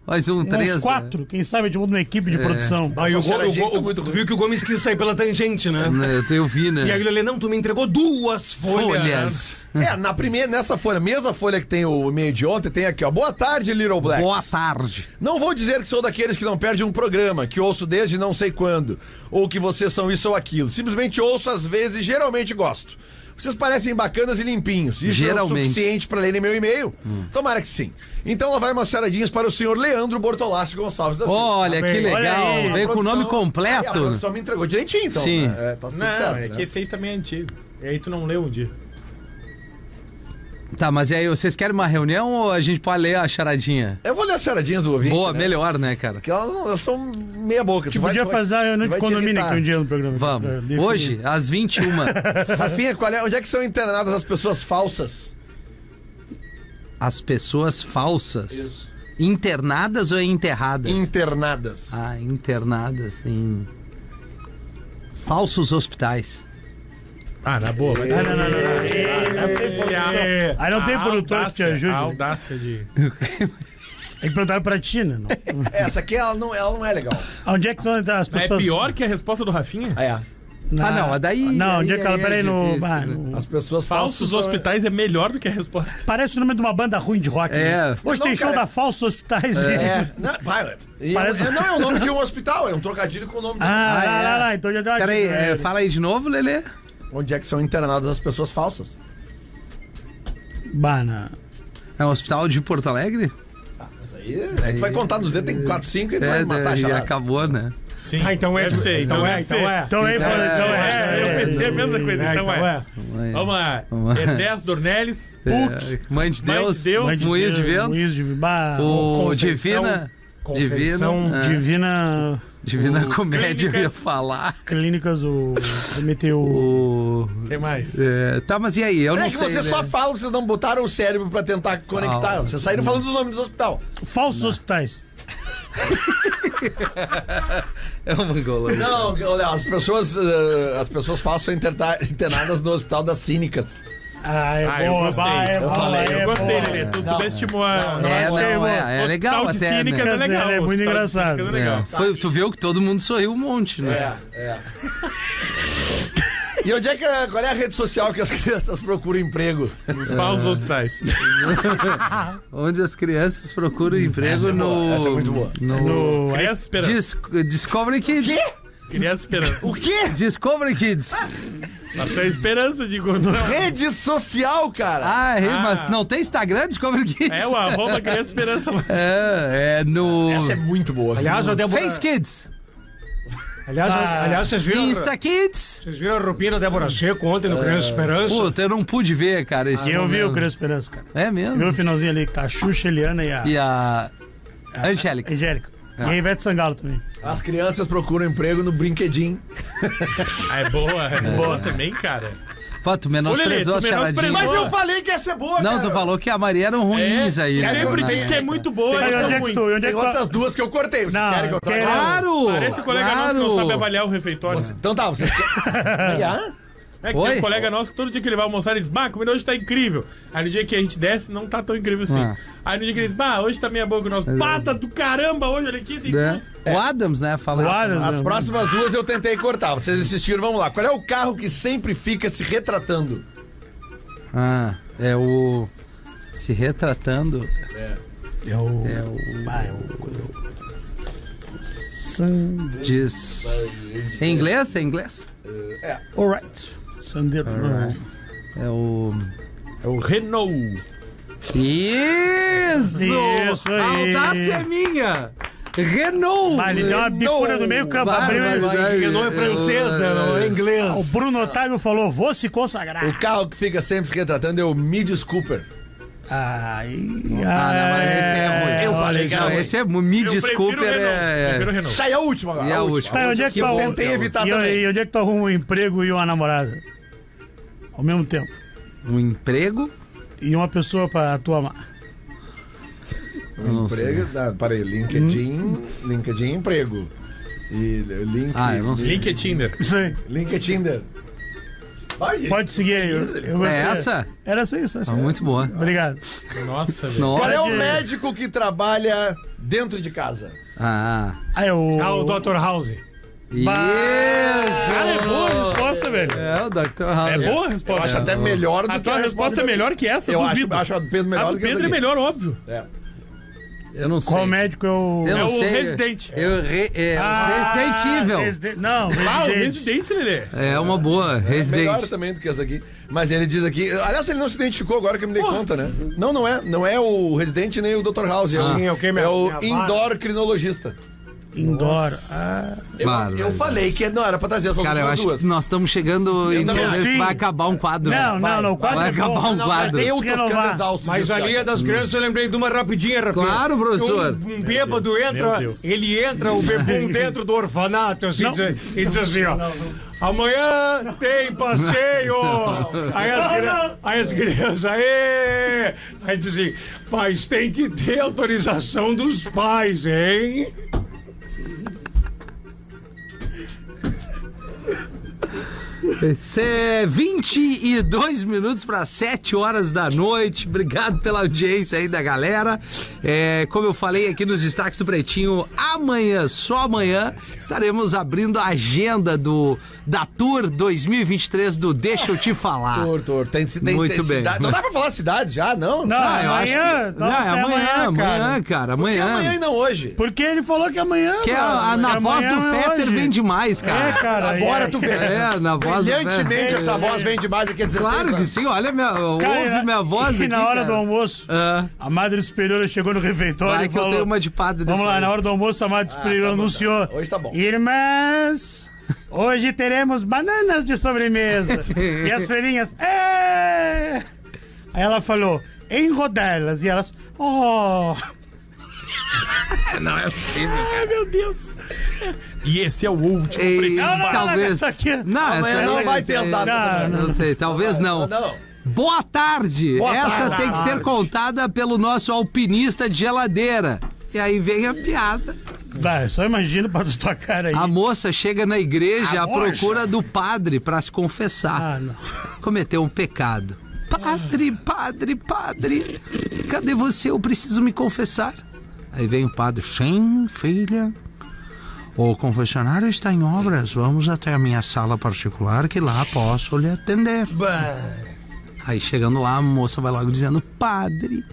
Speaker 4: mais um, três.
Speaker 5: Uns
Speaker 4: né?
Speaker 5: quatro, quem sabe de mundo uma equipe de
Speaker 4: É.
Speaker 5: produção.
Speaker 8: Aí o,
Speaker 6: Essa
Speaker 8: Go- o,
Speaker 6: charadinha
Speaker 8: Go-
Speaker 6: tá muito
Speaker 8: tu viu que o Gomes quis sair pela tangente, né?
Speaker 4: Né, Eu vi, né?
Speaker 8: E aí ele, Lelê, não, tu me entregou duas folhas.
Speaker 4: Folhas.
Speaker 6: É, na primeira, nessa folha, mesma folha que tem o e-mail de ontem, tem aqui, ó. Boa tarde, Little Black.
Speaker 4: Boa tarde.
Speaker 6: Não vou dizer que sou daqueles que não perde um programa, que ouço desde não sei quando, ou que vocês são isso ou aquilo. Simplesmente ouço às vezes e geralmente gosto. Vocês parecem bacanas e limpinhos. Isso é o
Speaker 4: Geralmente. Hum.
Speaker 6: suficiente para lerem meu e-mail? Tomara que sim. Então lá vai umas charadinhas para o senhor Leandro Bortolassi Gonçalves da Silva.
Speaker 4: Olha
Speaker 5: bem.
Speaker 4: que
Speaker 5: Olha
Speaker 4: legal.
Speaker 5: aí,
Speaker 4: Veio com o nome
Speaker 6: Aí, a
Speaker 4: completo.
Speaker 6: produção me entregou direitinho, então.
Speaker 4: Sim.
Speaker 6: né? É, tá tudo
Speaker 7: Não,
Speaker 6: certo,
Speaker 7: é
Speaker 6: né?
Speaker 7: que esse aí também é antigo. E aí tu não leu um dia.
Speaker 4: Tá, mas e aí, vocês querem uma reunião ou a gente pode ler a charadinha?
Speaker 6: Eu vou ler as charadinhas do ouvinte.
Speaker 4: Boa,
Speaker 6: né?
Speaker 4: melhor, né, cara?
Speaker 6: Porque elas, não- elas são meia boca. Tu
Speaker 5: Tipo, podia fazer uma reunião de condomínio aqui um dia no programa.
Speaker 4: Vamos.
Speaker 6: É,
Speaker 5: Pra definir.
Speaker 4: Hoje, às 21.
Speaker 6: Rafinha, qual é, onde é que são internadas as pessoas falsas?
Speaker 4: as pessoas falsas. Internadas ou enterradas?
Speaker 6: Internadas.
Speaker 4: Ah, internadas em falsos hospitais.
Speaker 7: Ah, na boa. Vai
Speaker 5: Ah, não, não, não, não. Não
Speaker 7: É,
Speaker 5: tem produção. Aí não É, tem produtor que te ajude.
Speaker 7: A
Speaker 5: né?
Speaker 7: audácia de...
Speaker 5: Tem que perguntar pra ti, né? não?
Speaker 6: Essa aqui ela não, ela não é legal.
Speaker 5: Onde é que estão as
Speaker 7: Mas é
Speaker 5: pessoas?
Speaker 7: pior que a resposta do Rafinha?
Speaker 6: Ah, é.
Speaker 5: Na-
Speaker 4: Ah, não, a daí-
Speaker 5: Não, onde
Speaker 4: aí-
Speaker 5: é que ela.
Speaker 4: aí é
Speaker 5: Peraí, no.
Speaker 4: difícil,
Speaker 5: ah,
Speaker 4: né?
Speaker 5: no-
Speaker 6: As pessoas falsas.
Speaker 7: Falsos
Speaker 6: são-
Speaker 7: hospitais é melhor do que a resposta.
Speaker 5: Parece o nome de uma banda ruim de rock.
Speaker 4: É.
Speaker 5: né? Hoje
Speaker 6: Não,
Speaker 5: tem show
Speaker 6: cara.
Speaker 5: da Falsos Hospitais.
Speaker 6: É. Não, vai, e-
Speaker 5: Parece-
Speaker 6: é, não, é o nome de um hospital, é um trocadilho com o nome de
Speaker 5: Ah,
Speaker 4: Ah,
Speaker 5: lá,
Speaker 4: é.
Speaker 5: lá, lá. Então já deu uma
Speaker 4: Peraí,
Speaker 5: dica,
Speaker 4: é,
Speaker 5: né?
Speaker 4: fala aí de novo, Lelê.
Speaker 6: Onde é que são internadas as pessoas falsas?
Speaker 5: Bah, não.
Speaker 4: É um hospital de Porto Alegre?
Speaker 6: Mas aí, aí tu vai contar nos dedos, tem 4, 5 e tu vai
Speaker 4: É,
Speaker 6: matar a
Speaker 4: e
Speaker 6: charada.
Speaker 4: acabou, né?
Speaker 7: Sim.
Speaker 8: Ah, então é.
Speaker 7: Deve ser, então
Speaker 8: então é,
Speaker 7: deve ser.
Speaker 8: então é.
Speaker 5: Então aí,
Speaker 4: É,
Speaker 5: Paulo, então
Speaker 7: É, eu
Speaker 5: é.
Speaker 7: pensei a mesma coisa,
Speaker 8: É,
Speaker 7: então é.
Speaker 4: Vamos
Speaker 7: Vamos
Speaker 4: lá.
Speaker 7: lá.
Speaker 4: Vamos lá.
Speaker 7: Ernesto Dornelles, PUC,
Speaker 4: Mãe de
Speaker 7: Mãe
Speaker 4: Deus,
Speaker 7: de Deus,
Speaker 5: Mas
Speaker 4: Moinhos de Vento,
Speaker 5: Moinhos é. de Bah,
Speaker 4: o
Speaker 7: Conceição.
Speaker 4: Divina, Divino,
Speaker 8: Conceição.
Speaker 4: ah,
Speaker 5: Divina
Speaker 4: Divina Comédia, eu ia
Speaker 7: Clínicas.
Speaker 4: falar.
Speaker 5: Clínicas, o Prometeu.
Speaker 4: O,
Speaker 7: Quem mais?
Speaker 4: é, tá, mas e aí? Eu não
Speaker 6: é que
Speaker 4: sei.
Speaker 6: vocês
Speaker 4: né?
Speaker 6: só falam, vocês não botaram o cérebro pra tentar conectar. Vocês saíram falando dos nomes do hospital.
Speaker 5: Falsos hospitais.
Speaker 4: É um mongolão.
Speaker 6: Não, olha, as pessoas, eh, as pessoas falam interna- internadas no hospital das cínicas.
Speaker 5: Ah, é
Speaker 7: Ah, eu
Speaker 5: boa,
Speaker 7: gostei.
Speaker 5: vai, é
Speaker 7: eu
Speaker 5: boa,
Speaker 7: falei, eu
Speaker 5: é
Speaker 7: gostei,
Speaker 5: boa.
Speaker 7: Lelê. Tu subestimou a.
Speaker 4: é,
Speaker 7: achei,
Speaker 4: não,
Speaker 7: mano.
Speaker 4: é, é legal
Speaker 7: Hospital de
Speaker 4: até,
Speaker 7: Cínica
Speaker 5: né?
Speaker 7: é legal.
Speaker 5: É muito
Speaker 7: Hospital de
Speaker 5: engraçado.
Speaker 7: Cínica
Speaker 4: É,
Speaker 7: é legal.
Speaker 4: foi, tu viu que todo mundo sorriu um monte, né?
Speaker 6: É. E onde é que é- qual é a rede social que as crianças procuram emprego?
Speaker 4: É.
Speaker 7: Os
Speaker 5: É.
Speaker 7: falsos hospitais.
Speaker 4: Onde as crianças procuram emprego no.
Speaker 6: Hum, Essa é muito boa.
Speaker 5: No-
Speaker 7: Criança esperança.
Speaker 4: Dis Discovery Kids.
Speaker 7: Criança esperança.
Speaker 6: O quê?
Speaker 4: Discovery Kids.
Speaker 7: Mas tem esperança de quando.
Speaker 6: Rede social, cara.
Speaker 4: Ah, é,
Speaker 7: Ah.
Speaker 4: mas não tem Instagram Discovery Kids?
Speaker 7: É o arroba criança esperança.
Speaker 4: É, é no.
Speaker 6: Essa é muito boa.
Speaker 8: Aliás, a Débora.
Speaker 4: Face Kids.
Speaker 8: Aliás,
Speaker 5: Ah.
Speaker 8: aliás, vocês viram.
Speaker 4: Insta Kids.
Speaker 8: Vocês viram a roupinha da Débora Seco ontem
Speaker 7: É.
Speaker 8: no Criança Esperança?
Speaker 4: Puta, eu não pude ver, cara. Esse
Speaker 6: Ah,
Speaker 5: E eu vi
Speaker 4: momento.
Speaker 5: o Criança Esperança, cara.
Speaker 4: É mesmo?
Speaker 5: Viu o finalzinho ali que tá a Xuxa, Eliana e a
Speaker 4: E a. Angélica.
Speaker 5: Angélica. E a Ivete Sangalo também.
Speaker 6: As crianças procuram emprego no brinquedim.
Speaker 7: Ah, é boa, é boa também, cara.
Speaker 4: Pô, tu
Speaker 7: Ô, Lelê,
Speaker 4: menosprezou a
Speaker 7: tu
Speaker 4: charadinha.
Speaker 7: menosprezou. Mas eu
Speaker 6: falei que essa é boa,
Speaker 4: Não, tu falou que a Maria eram ruins aí. né?
Speaker 7: Sempre
Speaker 4: Na
Speaker 7: diz que é
Speaker 4: época.
Speaker 7: muito boa
Speaker 5: Aí,
Speaker 7: e
Speaker 5: onde é
Speaker 7: outras
Speaker 5: que
Speaker 7: ruins.
Speaker 5: tu? e Onde é
Speaker 6: Tem
Speaker 5: que tu?
Speaker 6: outras duas que eu cortei. Vocês
Speaker 5: Não,
Speaker 6: querem que eu
Speaker 5: quero-
Speaker 6: traga?
Speaker 4: Claro!
Speaker 7: Parece colega
Speaker 4: claro.
Speaker 7: nosso que não sabe avaliar o refeitório.
Speaker 6: Então tá, vocês...
Speaker 7: É que
Speaker 4: Oi?
Speaker 7: tem um colega nosso que todo dia que ele vai almoçar, ele diz, bah, a comida hoje tá incrível. Aí no dia que a gente desce, não tá tão incrível assim.
Speaker 4: Ah. É.
Speaker 7: Aí no dia que ele diz, bah, hoje tá meia boca o nosso. Pata do caramba, hoje olha aqui, tem tudo."
Speaker 4: Né? O Adams, né? Fala isso.
Speaker 5: Claro,
Speaker 6: As
Speaker 5: não.
Speaker 6: próximas duas eu tentei cortar. Vocês insistiram, vamos lá. Qual é o carro que sempre fica se retratando?
Speaker 4: Ah, é o. Se retratando.
Speaker 5: É o.
Speaker 4: É o.
Speaker 5: Ah, é o. Sun.
Speaker 4: Diz. Em inglês? É em inglês?
Speaker 5: Alright. Sandeiro.
Speaker 4: É o.
Speaker 7: É o Renault.
Speaker 4: Isso!
Speaker 5: Isso aí.
Speaker 4: A audácia é minha! Renault!
Speaker 5: Ah, ele deu uma bicura no meio campo. Abriu.
Speaker 4: Barbaridade.
Speaker 8: Renault é francês, né? Não é inglês.
Speaker 5: O Bruno Otávio falou: vou se consagrar.
Speaker 6: O carro que fica sempre se retratando é o Midis Cooper.
Speaker 5: Ai.
Speaker 4: Ah, não, mas esse é ruim.
Speaker 6: Eu falei que era
Speaker 4: Não,
Speaker 6: ruim.
Speaker 4: esse é. Me
Speaker 7: Eu
Speaker 4: desculpe,
Speaker 7: prefiro o Renault. Prefiro o
Speaker 4: é.
Speaker 7: Renault.
Speaker 6: Tá, e a última agora.
Speaker 4: E a última.
Speaker 5: Tá, onde é que tá
Speaker 6: Eu
Speaker 5: o-
Speaker 6: tentei evitar
Speaker 5: E, eu-
Speaker 6: também.
Speaker 5: e onde é que tu arruma um emprego e uma namorada? Ao mesmo tempo.
Speaker 4: Um emprego?
Speaker 5: E uma pessoa pra tu amar.
Speaker 4: Não sei.
Speaker 6: Emprego, ah, peraí, LinkedIn, LinkedIn é emprego. E eh, link,
Speaker 4: Ah, eu não sei.
Speaker 7: Link é Tinder.
Speaker 5: Isso aí.
Speaker 6: LinkedIn. Olha,
Speaker 5: Pode seguir aí. Eu, eu gostei.
Speaker 4: É essa?
Speaker 5: Era essa isso. Essa.
Speaker 4: Ah, muito boa.
Speaker 5: Obrigado.
Speaker 7: Nossa, velho.
Speaker 6: Qual é
Speaker 4: Nossa.
Speaker 6: o médico que trabalha dentro de casa?
Speaker 4: Ah,
Speaker 5: Ah, é o.
Speaker 8: Ah, o Dr. House.
Speaker 4: isso!
Speaker 5: Ah,
Speaker 7: Cara, é boa a resposta, velho.
Speaker 4: É o Dr. House.
Speaker 7: É boa a
Speaker 6: Eu acho
Speaker 7: resposta.
Speaker 4: Ah.
Speaker 6: até melhor do
Speaker 7: A
Speaker 6: que
Speaker 7: tua resposta é melhor que essa,
Speaker 6: Eu acho,
Speaker 7: duvido.
Speaker 6: acho a do Pedro
Speaker 7: a
Speaker 6: melhor
Speaker 7: do
Speaker 6: do que essa
Speaker 7: Pedro é
Speaker 6: aqui.
Speaker 7: melhor, óbvio.
Speaker 6: É.
Speaker 4: Eu não sei.
Speaker 5: Qual médico é o.
Speaker 4: Eu
Speaker 7: É
Speaker 4: não
Speaker 7: o
Speaker 4: sei.
Speaker 7: Resident.
Speaker 4: Eu, re, é,
Speaker 5: Ah,
Speaker 4: Resident Evil.
Speaker 5: Residen- Não,
Speaker 7: Ah, o
Speaker 5: Resident.
Speaker 7: Resident, Lelê.
Speaker 4: É uma boa. Resident.
Speaker 6: Melhor também do que essa aqui. Mas ele diz aqui. Aliás, ele não se identificou agora que eu me dei conta, né? Não, não é. Não é o residente nem o Dr. House. É, o,
Speaker 8: Sim, é o que, minha-
Speaker 6: o
Speaker 8: minha
Speaker 6: indoor crinologista.
Speaker 5: Indoor. Ah,
Speaker 6: Eu,
Speaker 4: Claro,
Speaker 6: eu
Speaker 4: vai,
Speaker 6: falei que não era pra trazer essas
Speaker 4: Cara, eu
Speaker 6: últimas
Speaker 4: acho
Speaker 6: duas.
Speaker 4: que nós estamos chegando em
Speaker 6: também
Speaker 4: talvez
Speaker 5: acho.
Speaker 4: vai acabar um quadro.
Speaker 5: Não, não, não. O quadro
Speaker 4: Vai
Speaker 5: é
Speaker 4: acabar
Speaker 5: bom.
Speaker 4: um quadro.
Speaker 5: tem
Speaker 6: Eu tô
Speaker 5: que
Speaker 6: ficando
Speaker 5: renovar.
Speaker 6: exausto.
Speaker 8: Mas é
Speaker 6: disso,
Speaker 8: a linha
Speaker 6: cara.
Speaker 8: das crianças, eu lembrei de uma rapidinha, Rafinha.
Speaker 4: Claro, professor.
Speaker 8: Um, um bêbado entra,
Speaker 7: Deus.
Speaker 8: ele entra, o bebum dentro do orfanato, assim, diz- e diz assim, ó. Amanhã tem passeio! Aí as, cri- aí as crianças, aê! Aí diz assim, mas tem que ter autorização dos pais, hein?
Speaker 4: Cê É 22 minutos para 7 horas da noite. Obrigado pela audiência aí da galera. É, como eu falei aqui nos destaques do Pretinho, amanhã, só amanhã, estaremos abrindo a agenda do da Tour 2023 do Deixa eu te falar.
Speaker 6: Tor, tor. Tem, tem,
Speaker 4: Muito
Speaker 6: tem
Speaker 4: bem.
Speaker 6: cidade- Não dá pra falar cidade já, não?
Speaker 5: Não,
Speaker 4: Ah, eu acho
Speaker 5: amanhã.
Speaker 4: que-
Speaker 5: nós
Speaker 4: Não, é
Speaker 5: até
Speaker 4: amanhã,
Speaker 5: cara.
Speaker 4: amanhã, cara,
Speaker 6: É
Speaker 4: amanhã.
Speaker 6: amanhã e não hoje.
Speaker 5: Porque ele falou que amanhã.
Speaker 4: Que é a, a-
Speaker 5: mano,
Speaker 4: na
Speaker 5: que
Speaker 4: voz
Speaker 5: amanhã
Speaker 4: do
Speaker 5: é
Speaker 4: Fetter
Speaker 5: hoje.
Speaker 4: vem demais,
Speaker 5: É,
Speaker 4: cara.
Speaker 5: cara.
Speaker 6: Agora
Speaker 5: e-
Speaker 6: tu vê.
Speaker 4: É, na voz do Fetter.
Speaker 6: Brilhantemente essa voz vem demais aqui a 16
Speaker 4: Claro que
Speaker 6: é anos.
Speaker 4: sim, olha, minha,
Speaker 5: Cara,
Speaker 4: ouve minha voz
Speaker 5: e
Speaker 4: aqui.
Speaker 5: na hora
Speaker 4: cara.
Speaker 5: do almoço,
Speaker 4: Ah.
Speaker 5: a Madre Superiora chegou no refeitório
Speaker 4: Vai
Speaker 5: e
Speaker 4: que eu
Speaker 5: falou...
Speaker 4: tenho uma de padre
Speaker 5: Vamos lá,
Speaker 4: depois.
Speaker 5: na hora do almoço, a Madre Superiora
Speaker 6: tá bom,
Speaker 5: anunciou...
Speaker 6: tá bom. Hoje tá bom.
Speaker 5: Irmãs, hoje teremos bananas de sobremesa. e as feirinhas... "É!" Aí ela falou... Em rodelas. E elas... Oh...
Speaker 4: Não é possível, cara.
Speaker 7: Meu Deus. E esse é o último.
Speaker 4: Ei,
Speaker 5: Não, não, não,
Speaker 4: talvez.
Speaker 5: essa aqui-
Speaker 4: Não,
Speaker 6: Amanhã
Speaker 4: essa
Speaker 6: não
Speaker 4: aí-
Speaker 6: vai
Speaker 4: essa
Speaker 6: ter as
Speaker 4: aí-
Speaker 6: datas
Speaker 5: também.
Speaker 4: Não sei, talvez não.
Speaker 6: Não.
Speaker 4: Boa tarde.
Speaker 6: Boa
Speaker 4: essa
Speaker 6: tarde.
Speaker 4: tem que ser contada pelo nosso alpinista de geladeira. E aí vem a piada.
Speaker 5: Vai, só imagino pra tua cara aí.
Speaker 4: A moça chega na igreja à procura do padre para se confessar.
Speaker 5: Ah, não.
Speaker 4: Cometeu um pecado. Padre, padre, padre, cadê você? Eu preciso me confessar. Aí vem o padre, sim, filha. O confessionário está em obras. Vamos até a minha sala particular que lá posso lhe atender. Aí chegando lá, a moça vai logo dizendo: Padre,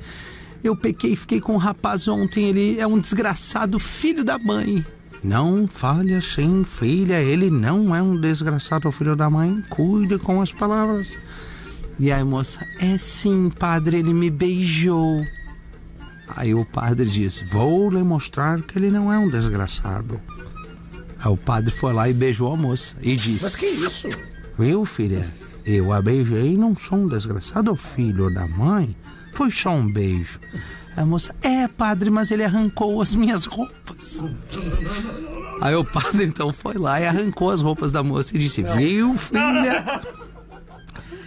Speaker 4: eu pequei, fiquei com um rapaz ontem, ele é um desgraçado filho da mãe. Não falha sem filha, ele não é um desgraçado filho da mãe, cuide com as palavras. E aí, moça, é sim, padre, ele me beijou. Aí o padre diz: Vou lhe mostrar que ele não é um desgraçado. Aí o padre foi lá e beijou a moça e disse:
Speaker 6: Mas que isso?
Speaker 4: Viu, filha? Eu a beijei, não sou um desgraçado filho da mãe. Foi só um beijo. A moça, é, padre, mas ele arrancou as minhas roupas. Aí o padre então foi lá e arrancou as roupas da moça e disse: Viu, filha?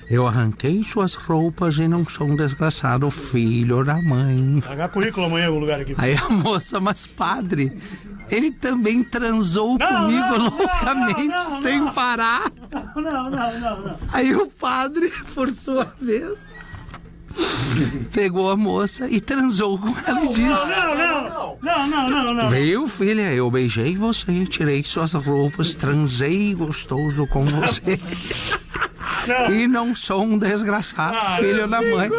Speaker 4: Eu arranquei suas roupas e não sou um desgraçado filho da mãe.
Speaker 5: Pagar currículo amanhã em algum lugar aqui.
Speaker 4: Aí a moça, mas padre, ele também transou
Speaker 5: Não,
Speaker 4: comigo
Speaker 5: não, não,
Speaker 4: loucamente,
Speaker 5: não,
Speaker 4: sem
Speaker 5: não.
Speaker 4: parar.
Speaker 5: Não, não, não, não.
Speaker 4: Aí o padre, por sua vez, pegou a moça e transou com ela e disse:
Speaker 5: Não, não, não, não, não, não.
Speaker 4: Veio, filha, eu beijei você, tirei suas roupas, transei gostoso com você. E não sou um desgraçado,
Speaker 5: Ah,
Speaker 4: filho da mãe.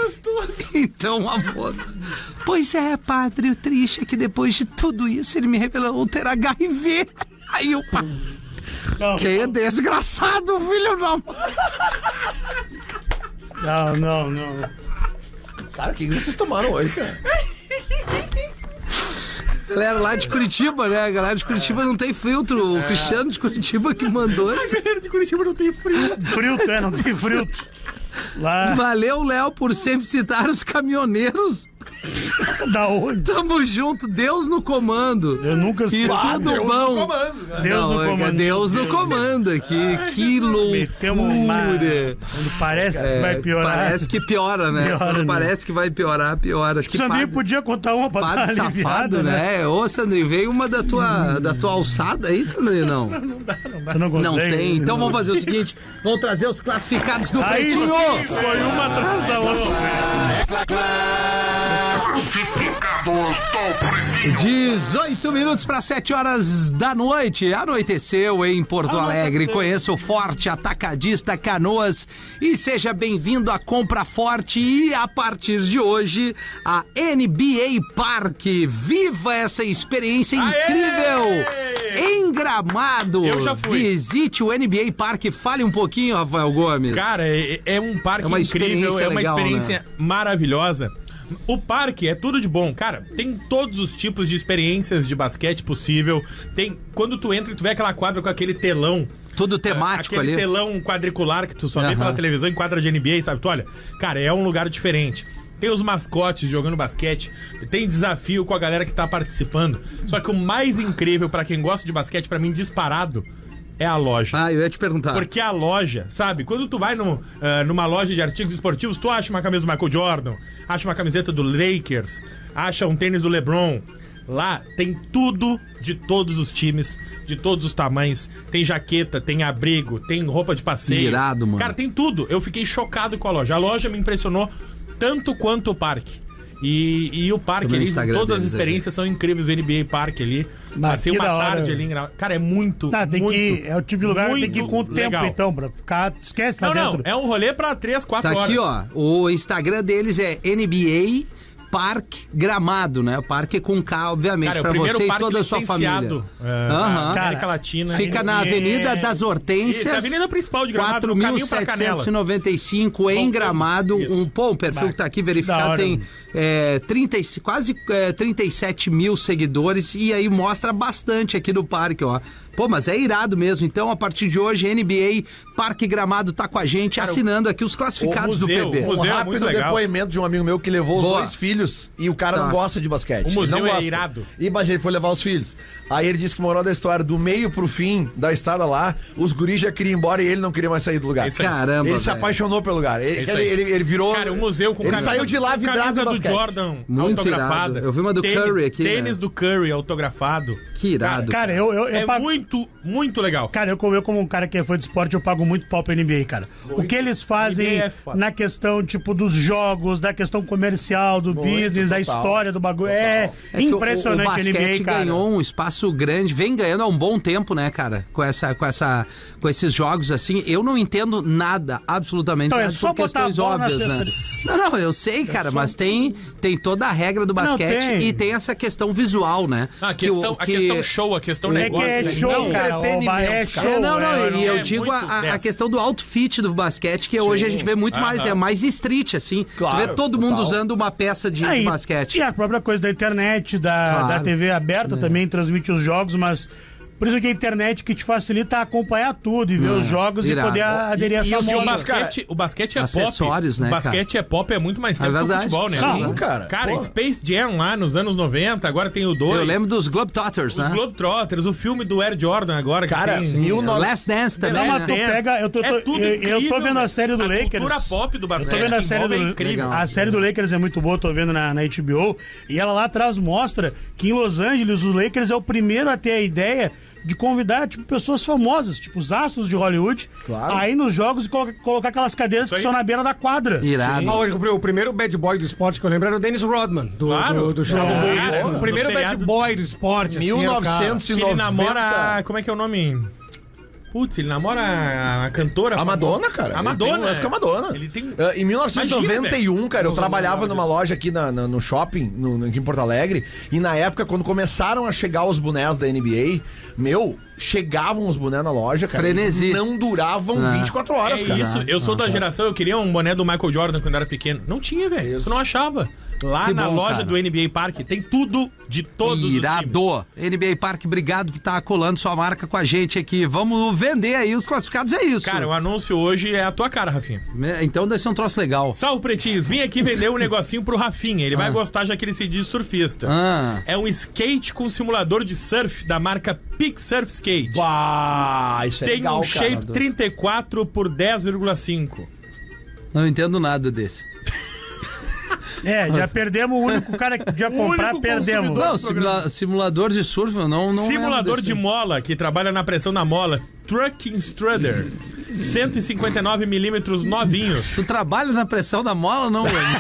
Speaker 4: Então a moça. Pois é, padre, o triste é que depois de tudo isso ele me revelou ter HIV. Aí o padre.
Speaker 5: Não.
Speaker 4: Que é desgraçado, filho da mãe.
Speaker 5: Não, não, não.
Speaker 6: Cara, o que vocês tomaram hoje, cara?
Speaker 4: Galera lá de Curitiba, né? A galera de Curitiba não tem filtro. O Cristiano de Curitiba que mandou. esse.
Speaker 7: de Curitiba não tem frio.
Speaker 5: Frio, tu é, não tem frio. Lá,
Speaker 4: Valeu, Léo, por sempre citar os caminhoneiros.
Speaker 5: da tá onde?
Speaker 4: Tamo junto, Deus no comando.
Speaker 5: Eu nunca
Speaker 4: E
Speaker 5: sei.
Speaker 4: tudo bom.
Speaker 5: Deus
Speaker 4: Não,
Speaker 5: no
Speaker 4: é
Speaker 5: comando.
Speaker 4: Deus no comando aqui. Que
Speaker 5: Metemos uma...
Speaker 4: loucura.
Speaker 5: Quando parece
Speaker 4: É,
Speaker 5: que um vai piorar.
Speaker 4: Parece que piora, né?
Speaker 5: Piora,
Speaker 4: Quando
Speaker 5: né?
Speaker 4: parece que vai piorar, piora. Que
Speaker 5: O Sandrinho
Speaker 4: padre-
Speaker 5: podia contar uma pra
Speaker 4: Padre
Speaker 5: dar uma
Speaker 4: safado,
Speaker 5: aliviada, né?
Speaker 4: né? Ô, Sandrinho, veio uma da tua, da tua alçada aí, Sandrinho? Não.
Speaker 5: Eu não
Speaker 4: Não
Speaker 5: gostei.
Speaker 4: tem. Então vamos fazer o seguinte: vamos trazer os classificados do
Speaker 5: Aí sim,
Speaker 4: Pretinho.
Speaker 5: foi uma atrás da outra.
Speaker 4: 18 minutos para 7 horas da noite. Anoiteceu em Porto Alegre. Conheça o Forte Atacadista Canoas e seja bem-vindo à Compra Forte e a partir de hoje a NBA Parque. Viva essa experiência incrível! Em Gramado.
Speaker 7: Eu já fui.
Speaker 4: Visite o NBA Parque. Fale um pouquinho, Rafael Gomes.
Speaker 7: Cara, é, é um parque
Speaker 4: É uma
Speaker 7: incrível,
Speaker 4: experiência
Speaker 7: é uma
Speaker 4: legal, né?
Speaker 7: experiência maravilhosa. O parque é tudo de bom, cara. Tem todos os tipos de experiências de basquete possível. Tem quando tu entra e tu vê aquela quadra com aquele telão
Speaker 4: Tudo temático
Speaker 7: É, aquele
Speaker 4: ali.
Speaker 7: telão quadricular que tu só vê
Speaker 4: Aham.
Speaker 7: pela televisão em quadra de NBA, sabe? Tu olha, cara, é um lugar diferente. Tem os mascotes jogando basquete, tem desafio com a galera que tá participando. Só que o mais incrível pra quem gosta de basquete, pra mim, disparado, é a loja.
Speaker 4: Ah, eu ia te perguntar.
Speaker 7: Porque a loja, sabe? Quando tu vai num, ah, numa loja de artigos esportivos, tu acha uma camisa do Michael Jordan, acha uma camiseta do Lakers, acha um tênis do LeBron. Lá tem tudo de todos os times, de todos os tamanhos. Tem jaqueta, tem abrigo, tem roupa de passeio.
Speaker 4: Irado, mano.
Speaker 7: Cara, tem tudo. Eu fiquei chocado com a loja. A loja me impressionou tanto quanto o parque. E, e o
Speaker 4: Tô
Speaker 7: parque
Speaker 4: no
Speaker 7: ali,
Speaker 4: Instagram
Speaker 7: todas as
Speaker 4: deles ali.
Speaker 7: experiências são incríveis. O NBA Parque ali.
Speaker 5: Mas
Speaker 7: Passei
Speaker 5: que
Speaker 7: uma
Speaker 5: da hora.
Speaker 7: tarde ali. em Gra- Cara, é muito.
Speaker 5: Tá, tem
Speaker 7: muito,
Speaker 5: que, é o tipo de lugar que tem que ir com o
Speaker 7: muito
Speaker 5: tempo,
Speaker 7: legal.
Speaker 5: então, pra ficar. Esquece lá
Speaker 7: Não, não,
Speaker 5: dentro.
Speaker 7: é um rolê pra 3, 4
Speaker 4: Tá
Speaker 7: horas.
Speaker 4: aqui, ó. O Instagram deles é NBA Parque Gramado, né? Parque com K, obviamente,
Speaker 7: Cara, é o
Speaker 4: pra
Speaker 7: primeiro
Speaker 4: você e
Speaker 7: parque
Speaker 4: toda a sua família.
Speaker 7: licenciado é,
Speaker 4: Aham.
Speaker 7: na América Latina.
Speaker 4: Fica na
Speaker 5: NBA.
Speaker 4: Avenida das Hortências.
Speaker 7: Isso, é a avenida principal de Gramado, no caminho pra Canela.
Speaker 4: 4795 em
Speaker 7: Voltando.
Speaker 4: Gramado.
Speaker 7: Isso.
Speaker 4: Um, pô, um perfil que tá aqui
Speaker 5: da
Speaker 4: verificado
Speaker 5: hora,
Speaker 4: tem
Speaker 5: mano.
Speaker 4: é, 30, e- quase é, 37 mil seguidores e aí mostra bastante aqui do parque, ó. Pô, mas é irado mesmo. Então, a partir de hoje, NBA Parque Gramado tá com a gente, assinando aqui os classificados
Speaker 7: museu,
Speaker 4: do PB.
Speaker 7: o museu-
Speaker 6: Um
Speaker 7: é
Speaker 6: rápido
Speaker 7: muito legal.
Speaker 6: depoimento de um amigo meu que levou os
Speaker 4: Boa. Tá.
Speaker 6: dois filhos filhos e o cara não gosta de basquete.
Speaker 7: O museu
Speaker 6: Ele não
Speaker 7: é
Speaker 6: gosta.
Speaker 7: irado.
Speaker 6: E mas ele foi levar os filhos. Aí ele disse que moral da história, do meio pro fim da estada lá, os guris já queriam ir embora e ele não queria mais sair do lugar.
Speaker 7: É Isso aí. É
Speaker 4: Caramba,
Speaker 6: ele se
Speaker 4: velho.
Speaker 6: apaixonou pelo lugar. Ele,
Speaker 7: Isso
Speaker 6: ele,
Speaker 7: aí.
Speaker 6: ele- ele virou.
Speaker 7: Cara, um museu com
Speaker 6: Ele
Speaker 7: camisa-
Speaker 6: saiu de lá vidrado
Speaker 7: camisa
Speaker 6: em
Speaker 7: do
Speaker 6: basquete.
Speaker 7: Jordan
Speaker 4: Muito
Speaker 7: autografada.
Speaker 4: irado. Eu vi uma do
Speaker 7: Tênis-
Speaker 4: Curry aqui,
Speaker 7: Tênis
Speaker 4: né?
Speaker 7: do Curry autografado.
Speaker 4: Que irado.
Speaker 5: Cara, eu, eu, eu
Speaker 7: É
Speaker 5: pago-
Speaker 7: muito, muito legal.
Speaker 5: Cara, eu, como- eu como um cara que é fã de esporte, eu pago muito pau pra NBA, cara. O que eles fazem
Speaker 7: NBA é foda.
Speaker 5: na questão, tipo, dos jogos, da questão comercial, do business, da história do bagulho. É,
Speaker 4: É que o- o,
Speaker 5: impressionante
Speaker 4: o
Speaker 5: a
Speaker 4: basquete
Speaker 5: NBA, cara.
Speaker 4: ganhou um espaço grande, vem ganhando há um bom tempo, né, cara? Com essa, com essa, com esses jogos assim, eu não entendo nada, absolutamente
Speaker 5: Então, é
Speaker 4: nada,
Speaker 5: só
Speaker 4: por
Speaker 5: botar a
Speaker 4: questões
Speaker 5: bola na É
Speaker 4: óbvias, né? Não, não, eu sei, cara, mas tem, tem toda a regra do basquete
Speaker 5: tem.
Speaker 4: e tem essa questão visual, né?
Speaker 7: Ah, A
Speaker 4: Que o-
Speaker 7: questão, a
Speaker 4: que-
Speaker 7: questão show, a questão
Speaker 5: É que
Speaker 7: negócio. né?
Speaker 5: é show,
Speaker 6: Não,
Speaker 5: cara. Oba, é
Speaker 6: entretenimento,
Speaker 5: show.
Speaker 4: É, não, não,
Speaker 5: é,
Speaker 4: e eu
Speaker 7: é
Speaker 4: digo
Speaker 7: muito
Speaker 4: a- a, a
Speaker 7: dessa.
Speaker 4: questão do outfit do basquete, que hoje a gente vê muito mais, é mais street, assim.
Speaker 6: Claro,
Speaker 4: tu vê todo mundo
Speaker 6: total.
Speaker 4: usando uma peça de, de
Speaker 5: Aí,
Speaker 4: basquete.
Speaker 5: E a própria coisa da internet, da,
Speaker 4: Claro.
Speaker 5: da TV aberta também transmite os jogos, mas. Por isso que é a internet que te facilita acompanhar tudo e ver os jogos
Speaker 4: irado.
Speaker 5: e poder
Speaker 4: E-
Speaker 5: aderir a
Speaker 6: e
Speaker 5: essa
Speaker 6: o seu
Speaker 7: O
Speaker 5: moda.
Speaker 6: basquete-
Speaker 7: basquete, o basquete é
Speaker 4: Acessórios,
Speaker 7: pop.
Speaker 4: né,
Speaker 7: o basquete é pop é muito mais
Speaker 4: É
Speaker 7: tempo que o
Speaker 4: verdade.
Speaker 7: futebol, né?
Speaker 5: Sim,
Speaker 6: cara.
Speaker 7: Cara,
Speaker 6: Pô.
Speaker 7: Space Jam lá nos anos 90, agora tem o 2.
Speaker 4: Eu lembro dos Globetrotters,
Speaker 7: Os
Speaker 4: né?
Speaker 7: Globetrotters, o filme do Air Jordan agora.
Speaker 6: Cara,
Speaker 7: que tem...
Speaker 6: mil
Speaker 4: É, Last Dance também,
Speaker 5: Não,
Speaker 4: né?
Speaker 5: mas tu pega. Eu tô,
Speaker 7: É
Speaker 5: tô-
Speaker 7: tudo
Speaker 5: eu,
Speaker 7: incrível,
Speaker 5: eu tô vendo a
Speaker 7: velho.
Speaker 5: série do
Speaker 7: A
Speaker 5: Lakers.
Speaker 7: cultura pop do
Speaker 5: Eu
Speaker 7: basquete
Speaker 5: tô vendo a
Speaker 7: que
Speaker 5: série do,
Speaker 7: envolve é incrível.
Speaker 5: A série do Lakers é muito boa, eu tô vendo na, na HBO. E ela lá atrás mostra que em Los Angeles o Lakers é o primeiro a ter a ideia de convidar, tipo, pessoas famosas, tipo os astros de Hollywood, aí nos jogos e coloca- colocar aquelas cadeiras que
Speaker 7: aí.
Speaker 5: são na beira da quadra.
Speaker 4: Irado.
Speaker 8: Ah, hoje, o primeiro bad boy do esporte que eu lembro era o Dennis Rodman, do,
Speaker 7: Claro.
Speaker 8: do, do Chicago
Speaker 7: Claro.
Speaker 8: Bulls.
Speaker 7: Claro.
Speaker 8: O primeiro
Speaker 7: Do
Speaker 8: bad
Speaker 7: seriado.
Speaker 8: boy do esporte. assim, é o cara.
Speaker 6: 1990.
Speaker 7: Que ele namora. Como é que é o nome? Putz, ele namora a cantora.
Speaker 6: A Madonna, cara.
Speaker 7: A
Speaker 6: Ele tem um
Speaker 7: Madonna. é.
Speaker 6: lance com a Madonna.
Speaker 7: Ele tem.
Speaker 6: Ah, em 1991,
Speaker 7: Imagina, velho.
Speaker 6: cara, eu trabalhava numa loja aqui na- na- no shopping, no, no- aqui em Porto Alegre, e na época, quando começaram a chegar os bonés da NBA, meu, chegavam os bonés na loja, cara.
Speaker 4: Frenesi.
Speaker 6: eles Não duravam 24 horas,
Speaker 7: É
Speaker 6: cara.
Speaker 7: isso, eu
Speaker 5: Ah,
Speaker 7: sou
Speaker 5: tá.
Speaker 7: da geração, eu queria um boné do Michael Jordan quando era pequeno. Não tinha, velho. Eu não achava. Lá
Speaker 4: Que
Speaker 7: na
Speaker 4: bom,
Speaker 7: loja
Speaker 4: cara.
Speaker 7: do NBA Park tem tudo de todos os
Speaker 4: Irado. NBA Parque, obrigado por estar colando sua marca com a gente aqui. Vamos vender aí os classificados, é isso.
Speaker 7: times. Cara, o anúncio hoje é a tua cara, Rafinha.
Speaker 4: Então deve ser um troço legal.
Speaker 7: Salve, pretinhos. Vim aqui vender um negocinho pro Rafinha. Ele
Speaker 6: Ah.
Speaker 7: vai gostar, já que ele se diz surfista.
Speaker 4: Ah.
Speaker 7: É um skate com simulador de surf da marca Peak Surf Skate.
Speaker 6: Bah, isso é
Speaker 7: Tem
Speaker 6: legal,
Speaker 7: um
Speaker 6: cara.
Speaker 7: shape 34 por 10,5.
Speaker 4: Não entendo nada desse.
Speaker 5: É, já perdemos o único cara que podia comprar,
Speaker 7: único
Speaker 5: perdemos.
Speaker 7: consumidor.
Speaker 4: Não, simula- simulador de surf, eu não, não lembro
Speaker 7: Simulador
Speaker 4: desse.
Speaker 7: de mola que trabalha na pressão da mola. Trucking Struder. 159 milímetros novinhos.
Speaker 4: Tu trabalha na pressão da mola, não? Ah, Wayne?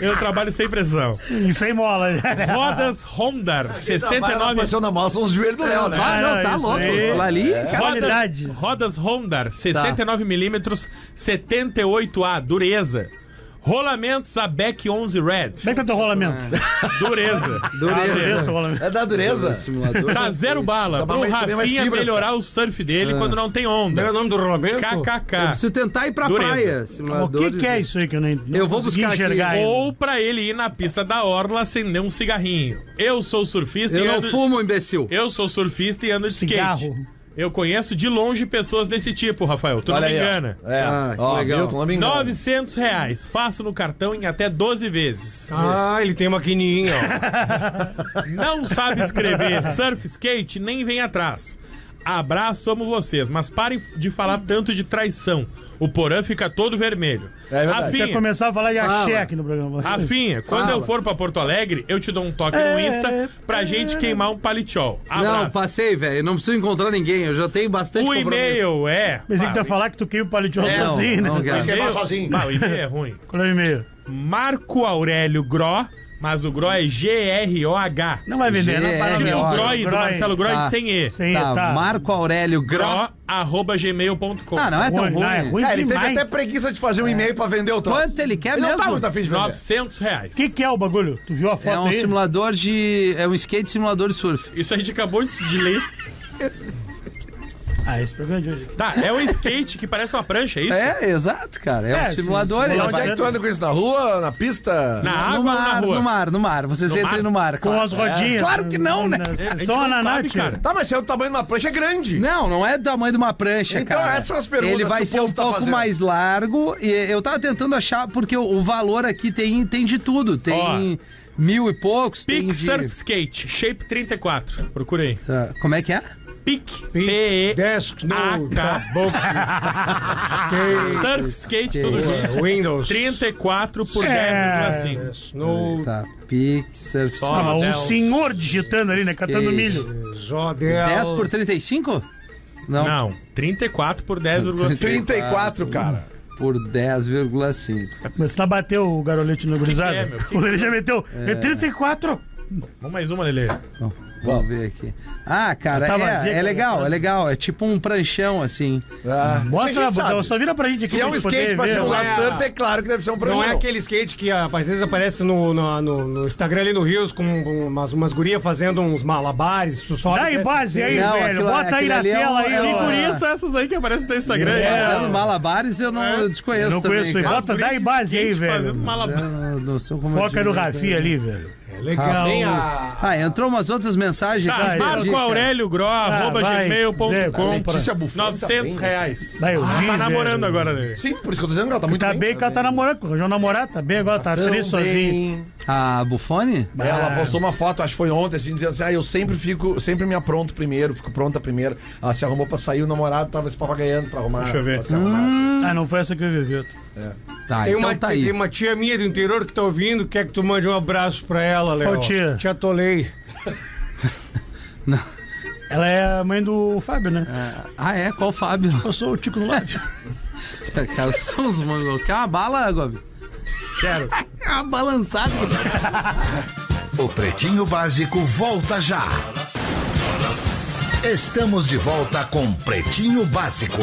Speaker 7: Eu trabalho sem pressão.
Speaker 5: Isso aí mola. né?
Speaker 7: Rodas Honda.
Speaker 6: Trabalha na
Speaker 7: 69
Speaker 6: pressão da mala, são os joelhos
Speaker 7: É,
Speaker 6: do Léo, né?
Speaker 4: ah, não,
Speaker 5: não,
Speaker 4: tá
Speaker 5: isso
Speaker 4: louco.
Speaker 5: aí-
Speaker 4: Lá ali, cara.
Speaker 7: Rodas,
Speaker 5: Qualidade. Tá.
Speaker 7: rodas Honda, 69mm, 78A, dureza. Rolamentos ABEC 11 Reds,
Speaker 5: Como é que é o teu rolamento?
Speaker 7: dureza.
Speaker 5: Ah,
Speaker 4: Dureza.
Speaker 5: teu rolamento.
Speaker 6: É da dureza.
Speaker 4: Simulador.
Speaker 7: Tá zero bala,
Speaker 6: Dá pra
Speaker 7: pro
Speaker 6: mais- comer mais
Speaker 7: Rafinha
Speaker 6: fibras,
Speaker 7: melhorar o surf dele
Speaker 5: Ah.
Speaker 7: quando não tem
Speaker 8: Não é o
Speaker 7: onda.
Speaker 8: nome do rolamento?
Speaker 7: KKK.
Speaker 4: Se tentar ir pra
Speaker 7: Dureza.
Speaker 4: praia,
Speaker 5: O
Speaker 4: simulador.
Speaker 5: que,
Speaker 4: de-
Speaker 5: que é isso aí que eu nem não
Speaker 4: Eu vou
Speaker 5: consegui
Speaker 4: buscar aqui.
Speaker 5: enxergar ainda?
Speaker 7: Ou pra ele ir na pista da orla acender um cigarrinho. Eu sou surfista
Speaker 4: Eu
Speaker 7: e
Speaker 4: não
Speaker 7: ando...
Speaker 4: fumo, imbecil.
Speaker 7: Eu sou surfista e ando de
Speaker 5: Cigarro.
Speaker 7: skate. Eu conheço de longe pessoas desse tipo, Rafael. Tu não me
Speaker 6: ó.
Speaker 7: engana.
Speaker 6: É,
Speaker 4: Ah, que
Speaker 6: ó,
Speaker 4: legal.
Speaker 6: viu? Tu não me engana.
Speaker 7: 900 reais. Faço no cartão em até 12 vezes.
Speaker 8: Ah, ele tem maquininha, ó.
Speaker 7: Não sabe escrever surf skate, nem vem atrás. Abraço, amo vocês, mas parem de falar tanto de traição. O Porã fica todo vermelho.
Speaker 6: É verdade.
Speaker 5: Quer
Speaker 7: Rafinha,
Speaker 5: começar a falar de axé
Speaker 4: Fala. Ah,
Speaker 5: aqui no programa.
Speaker 7: Rafinha, quando eu for pra Porto Alegre, eu te dou um toque no Insta pra gente queimar um palichol.
Speaker 4: Não,
Speaker 7: Abraço.
Speaker 4: passei, velho. Não preciso encontrar ninguém. Eu já tenho bastante
Speaker 7: o
Speaker 4: compromisso.
Speaker 7: e-mail é.
Speaker 5: Pensei que tu ia falar que tu queima o palitinho
Speaker 4: É, não,
Speaker 5: sozinho,
Speaker 4: não
Speaker 5: né?
Speaker 4: quero.
Speaker 7: o e-mail-
Speaker 6: sozinho.
Speaker 7: Não, o e-mail é ruim.
Speaker 5: Qual é o e-mail?
Speaker 7: Marco Aurélio Gro, mas o Gro é G-R-O-H.
Speaker 5: Não vai vender,
Speaker 4: Gê,
Speaker 5: não é para
Speaker 4: tira
Speaker 7: Tira o
Speaker 4: Groy.
Speaker 7: Groy do Marcelo Groy
Speaker 4: Tá.
Speaker 7: sem E.
Speaker 5: Sem,
Speaker 4: Tá,
Speaker 5: tá.
Speaker 4: Marco Aurélio Gro.
Speaker 7: Gro, arroba gmail.com.
Speaker 4: Ah, não é tão
Speaker 5: Ruim,
Speaker 4: ruim.
Speaker 5: não, é ruim
Speaker 6: Cara, ele teve
Speaker 5: demais.
Speaker 6: até preguiça de
Speaker 7: É.
Speaker 6: fazer um e-mail pra vender o troço.
Speaker 4: Quanto ele quer
Speaker 6: Ele não tá
Speaker 4: mesmo?
Speaker 6: muito afim de vender.
Speaker 7: 900 reais.
Speaker 5: O que, que é o bagulho? Tu viu a foto
Speaker 4: É um
Speaker 5: aí?
Speaker 4: simulador de. É um skate simulador de surf.
Speaker 7: Isso a gente acabou de de ler.
Speaker 5: Ah, esse programa de hoje.
Speaker 7: Tá, é um skate que parece uma prancha, é isso?
Speaker 4: É, exato, cara. É,
Speaker 5: É,
Speaker 4: um
Speaker 5: sim,
Speaker 4: simulador. ele
Speaker 5: simulador
Speaker 6: Onde
Speaker 4: vai-
Speaker 6: é que tu anda com isso? Na rua? Na pista?
Speaker 7: Na água
Speaker 4: no
Speaker 7: ou na
Speaker 4: mar,
Speaker 7: rua?
Speaker 4: no mar, no mar. Vocês entrem
Speaker 7: mar?
Speaker 4: no mar,
Speaker 5: Com
Speaker 4: claro.
Speaker 5: as rodinhas.
Speaker 4: Claro que não, né?
Speaker 7: A gente
Speaker 5: Só
Speaker 7: não
Speaker 5: na
Speaker 7: sabe,
Speaker 5: Nath.
Speaker 7: cara.
Speaker 6: Tá, mas é o tamanho de uma prancha é grande.
Speaker 4: Não, não é do tamanho de uma prancha,
Speaker 6: Então,
Speaker 4: cara.
Speaker 6: essas são as perguntas
Speaker 4: Ele vai
Speaker 6: que o
Speaker 4: ser
Speaker 6: povo
Speaker 4: um
Speaker 6: tá
Speaker 4: pouco
Speaker 6: fazendo.
Speaker 4: mais largo. E eu tava tentando achar, porque o, o valor aqui tem, tem de tudo. Tem mil e poucos, tem
Speaker 7: Peak
Speaker 4: de...
Speaker 7: Surf Skate, Shape 34. Procura aí.
Speaker 4: Ah, como é que é?
Speaker 7: Peak, P-E,
Speaker 8: Desk, no,
Speaker 5: Ah, tá
Speaker 7: AK.
Speaker 8: ok.
Speaker 7: Surf Skate, tudo
Speaker 4: Ok.
Speaker 7: junto.
Speaker 8: Windows.
Speaker 7: 34 por
Speaker 5: É.
Speaker 7: 10,5.
Speaker 8: No
Speaker 4: Tá, Pixar...
Speaker 7: Só.
Speaker 5: Ah, um
Speaker 7: Del-
Speaker 5: senhor digitando ali, né? Catando
Speaker 4: Skate.
Speaker 5: milho.
Speaker 8: Zodel.
Speaker 4: 10 por 35? Não,
Speaker 7: Não, 34 por 10,5.
Speaker 6: 34, cara.
Speaker 4: por 10,5.
Speaker 5: Mas lá bateu o garolete no gurizado.
Speaker 7: é, meu? Que que
Speaker 5: o Lele já meteu. É 34.
Speaker 7: Vamos mais uma, Lele.
Speaker 4: Bom, Vamos ver aqui. Ah, cara,
Speaker 5: Tá
Speaker 4: é,
Speaker 5: vazia,
Speaker 4: é
Speaker 5: cara.
Speaker 4: legal, é legal. É tipo um pranchão, assim.
Speaker 6: Ah,
Speaker 5: Mostra,
Speaker 6: a gente
Speaker 5: Abudão,
Speaker 6: sabe.
Speaker 5: só vira pra gente aqui.
Speaker 6: Se é um
Speaker 5: pra gente poder
Speaker 6: skate pra
Speaker 5: ver.
Speaker 6: simular
Speaker 8: é-
Speaker 6: surf, é claro que deve ser um prancha.
Speaker 8: Não é aquele skate que ah, às vezes aparece no, na- no, no Instagram ali no Rios com com umas, umas gurias fazendo uns malabares, isso só.
Speaker 5: Dá aí base é. aí,
Speaker 4: Não,
Speaker 5: velho.
Speaker 4: aquilo-
Speaker 5: Bota aí
Speaker 4: aquilo
Speaker 5: na
Speaker 4: ali é
Speaker 5: tela
Speaker 4: um-
Speaker 5: aí.
Speaker 4: é
Speaker 5: Que
Speaker 4: um-
Speaker 5: bonito.
Speaker 4: Ah.
Speaker 7: São essas aí que aparecem no Instagram.
Speaker 4: Fazendo malabares eu não eu desconheço
Speaker 5: É. Eu não
Speaker 4: também,
Speaker 5: conheço,
Speaker 4: cara.
Speaker 5: Bota, dá aí base aí, velho.
Speaker 4: Eu não- não sou como eu
Speaker 5: Foca no
Speaker 4: digo, né?
Speaker 5: Rafinha ali, velho.
Speaker 8: É legal.
Speaker 6: Tem a
Speaker 4: Ah, entrou umas outras mensagens aqui.
Speaker 5: Tá,
Speaker 4: que eu
Speaker 5: Marco
Speaker 4: perdi,
Speaker 7: Marco
Speaker 4: cara.
Speaker 7: Aurélio Gro, arroba
Speaker 5: Ah, vai, Zé, tá
Speaker 7: gmail.com.
Speaker 5: compra.
Speaker 6: Letícia Buffon.
Speaker 7: 900
Speaker 6: tá bem, né?
Speaker 7: reais.
Speaker 5: Daí eu
Speaker 7: Ah,
Speaker 5: vi,
Speaker 7: tá
Speaker 5: velho.
Speaker 7: namorando agora, né? Lele.
Speaker 6: Sim, por isso que eu tô dizendo que ela tá muito
Speaker 5: Tá bem que ela tá namorando, arranjou um namorado, tá bem agora, tá triste sozinho.
Speaker 4: Ah, Bufone?
Speaker 6: Ela postou uma foto, acho que foi ontem, assim, dizendo assim: Ah, eu sempre fico, sempre me apronto primeiro, fico pronta primeiro. Ela se arrumou pra sair, o namorado tava se papagaiando pra arrumar.
Speaker 7: Deixa eu ver.
Speaker 6: pra se arrumar.
Speaker 5: Ah, não foi essa que eu vivi.
Speaker 4: Tá,
Speaker 8: Tem,
Speaker 4: então
Speaker 8: uma,
Speaker 4: tá
Speaker 8: tem
Speaker 4: aí.
Speaker 8: uma tia minha do interior que tá ouvindo, quer que tu mande um abraço pra ela, Léo.
Speaker 5: Qual tia?
Speaker 8: Tia Tolei.
Speaker 5: Ela é a mãe do Fábio, né?
Speaker 4: Ah, é? Qual o Fábio?
Speaker 5: Eu sou o Tico no Lábio.
Speaker 4: cara, são os mangos. Quer uma bala, Gobi?
Speaker 5: Quero.
Speaker 4: Quer uma balançada?
Speaker 2: O Pretinho Básico volta já. Estamos de volta com Pretinho Básico.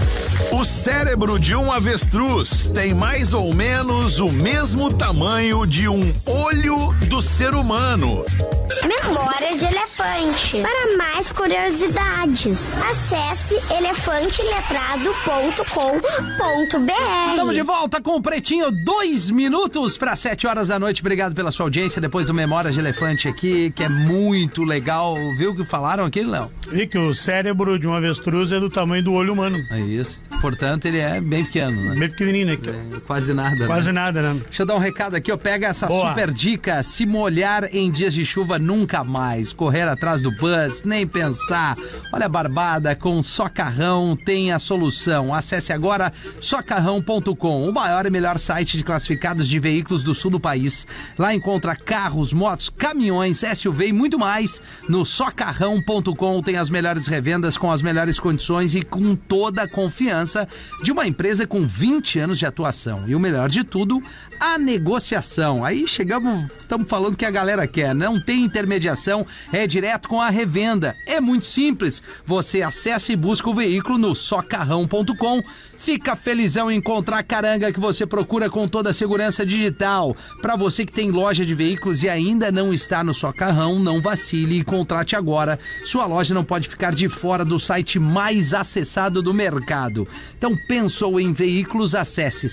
Speaker 2: O cérebro de um avestruz tem mais ou menos o mesmo tamanho de um olho do ser humano.
Speaker 9: Memória de elefante. Para mais curiosidades, acesse elefanteletrado.com.br.
Speaker 4: Estamos de volta com o Pretinho, dois minutos para sete horas da noite. Obrigado pela sua audiência. Depois do Memória de Elefante aqui, que é muito legal. Viu o que falaram aqui, Léo?
Speaker 5: E que o cérebro de um avestruz é do tamanho do olho humano.
Speaker 4: É isso. Portanto, ele é bem pequeno, né?
Speaker 5: Bem pequenininho, né? Que-
Speaker 4: Quase nada. né?
Speaker 5: Quase nada, né?
Speaker 4: Deixa eu dar um recado aqui, ó. Pega essa
Speaker 5: Boa.
Speaker 4: super dica. Se molhar em dias de chuva nunca mais. Correr atrás do bus, nem pensar. Olha a barbada com Socarrão tem a solução. Acesse agora socarrão.com, o maior e melhor site de classificados de veículos do sul do país. Lá encontra carros, motos, caminhões, SUV e muito mais. No socarrão.com tem as melhores revendas com as melhores condições e com toda a confiança de uma empresa com 20 anos de atuação. E o melhor de tudo, a negociação. Aí chegamos, estamos falando que a galera quer, não tem intermediação, é direto com a revenda. É muito simples. Você acessa e busca o veículo no socarrão.com. Fica felizão em encontrar a caranga que você procura com toda a segurança digital. Para você que tem loja de veículos e ainda não está no Socarrão, não vacile e contrate agora. Sua loja não pode ficar de fora do site mais acessado do mercado. Então pensou em veículos, acesse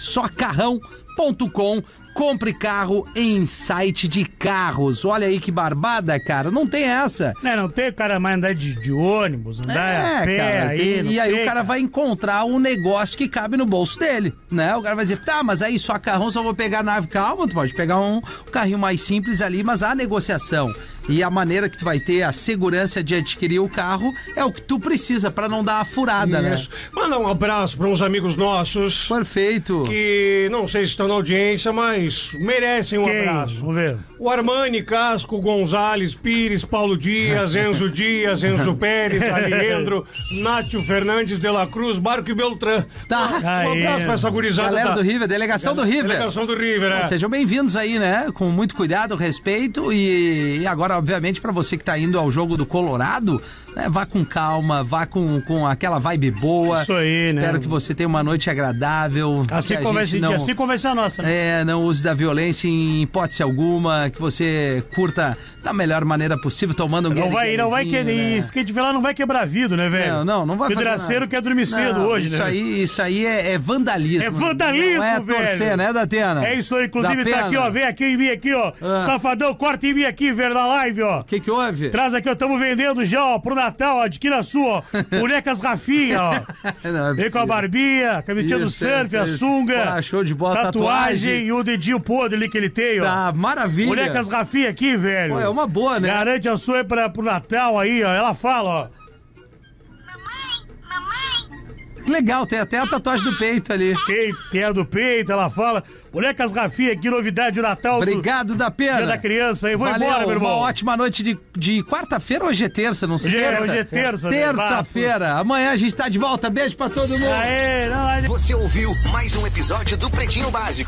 Speaker 4: socarrão.com. Compre carro em site de carros. Olha aí que barbada, cara. Não tem essa.
Speaker 5: Não, Né, não tem o cara mais andar de, de ônibus, andar a Ah, é, pé
Speaker 4: É, cara,
Speaker 5: aí.
Speaker 4: tem-
Speaker 5: não
Speaker 4: e aí
Speaker 5: sei,
Speaker 4: o cara vai encontrar um negócio que cabe no bolso dele, né? O cara vai dizer, tá, mas aí só carrão, só vou pegar nave. Calma, tu pode pegar um, um carrinho mais simples ali, mas a negociação e a maneira que tu vai ter a segurança de adquirir o carro é o que tu precisa pra não dar a furada,
Speaker 8: Isso.
Speaker 4: né?
Speaker 8: Manda um abraço pra uns amigos nossos
Speaker 4: Perfeito.
Speaker 8: que não sei se estão na audiência, mas merecem um
Speaker 5: Quem?
Speaker 8: abraço.
Speaker 5: Vamos ver.
Speaker 8: O Armani, Casco, Gonzalez, Pires, Paulo Dias, Enzo Dias, Enzo Pérez, Aliendro, Nátio Fernandes de la Cruz, Marco e Beltrán.
Speaker 4: Tá.
Speaker 8: Um abraço pra essa gurizada.
Speaker 4: Galera
Speaker 8: da
Speaker 4: do River, delegação do River.
Speaker 8: tá. Delegação do River, é.
Speaker 4: Sejam bem-vindos aí, né? Com muito cuidado, respeito e, e agora, obviamente, pra você que tá indo ao jogo do Colorado, né, vá com calma, vá com, com aquela vibe boa.
Speaker 5: Isso aí, né?
Speaker 4: Espero que você tenha uma noite agradável.
Speaker 5: Assim
Speaker 4: que a
Speaker 5: conversa,
Speaker 4: gente não-
Speaker 5: assim conversa a nossa. né?
Speaker 4: é, não use da violência em hipótese alguma, que você curta da melhor maneira possível, tomando um
Speaker 5: Não vai, não vai
Speaker 4: guerrequezinho,
Speaker 5: querer.
Speaker 4: né?
Speaker 5: Isso que a gente vê lá não vai quebrar vidro, né, velho?
Speaker 4: Não, não, não vai fazer
Speaker 5: Pedraceiro
Speaker 4: nada.
Speaker 5: quer dormir cedo
Speaker 4: Não,
Speaker 5: hoje,
Speaker 4: isso
Speaker 5: né?
Speaker 4: Aí, isso aí é, é vandalismo.
Speaker 5: É vandalismo,
Speaker 4: Não é
Speaker 5: velho.
Speaker 4: torcer, né, Datena?
Speaker 5: É isso aí, inclusive
Speaker 4: Dá
Speaker 5: tá
Speaker 4: pena.
Speaker 5: aqui, ó. Vem aqui em mim aqui, ó.
Speaker 4: Ah.
Speaker 5: Safadão, corta em mim aqui, velho, na live, ó.
Speaker 4: O que que houve?
Speaker 5: Traz aqui, ó. Tamo vendendo já, ó, pro Natal, ó. Adquira a sua, ó. Bonecas Rafinha, ó.
Speaker 4: Não, é
Speaker 5: Vem com
Speaker 4: possível.
Speaker 5: a barbinha, camisetinha do
Speaker 4: Isso,
Speaker 5: surf,
Speaker 4: é,
Speaker 5: a
Speaker 4: isso.
Speaker 5: sunga.
Speaker 4: Ah, show de bola, tatuagem.
Speaker 5: Tatuagem e o dedinho podre ali que ele tem, ó.
Speaker 4: Tá, maravilha.
Speaker 5: Bonecas Rafinha aqui, velho.
Speaker 4: Pô, é uma boa, né?
Speaker 5: Garante a sua aí pra, pro Natal aí, ó. Ela fala, ó.
Speaker 4: Legal, tem até a tatuagem do peito ali.
Speaker 5: Quem tem a do peito, ela fala. Bonecas Rafinha aqui, novidade do Natal. do-
Speaker 4: Obrigado, da
Speaker 5: Dia
Speaker 4: pena.
Speaker 5: da criança aí. Vou
Speaker 4: Valeu,
Speaker 5: embora, meu irmão.
Speaker 4: Uma ótima noite de, de quarta-feira. Hoje é terça, não sei.
Speaker 5: Hoje é- hoje é terça, né?
Speaker 4: Terça-feira. Amanhã a gente tá de volta. Beijo pra todo mundo.
Speaker 5: Aê, não,
Speaker 10: Você ouviu mais um episódio do Pretinho Básico.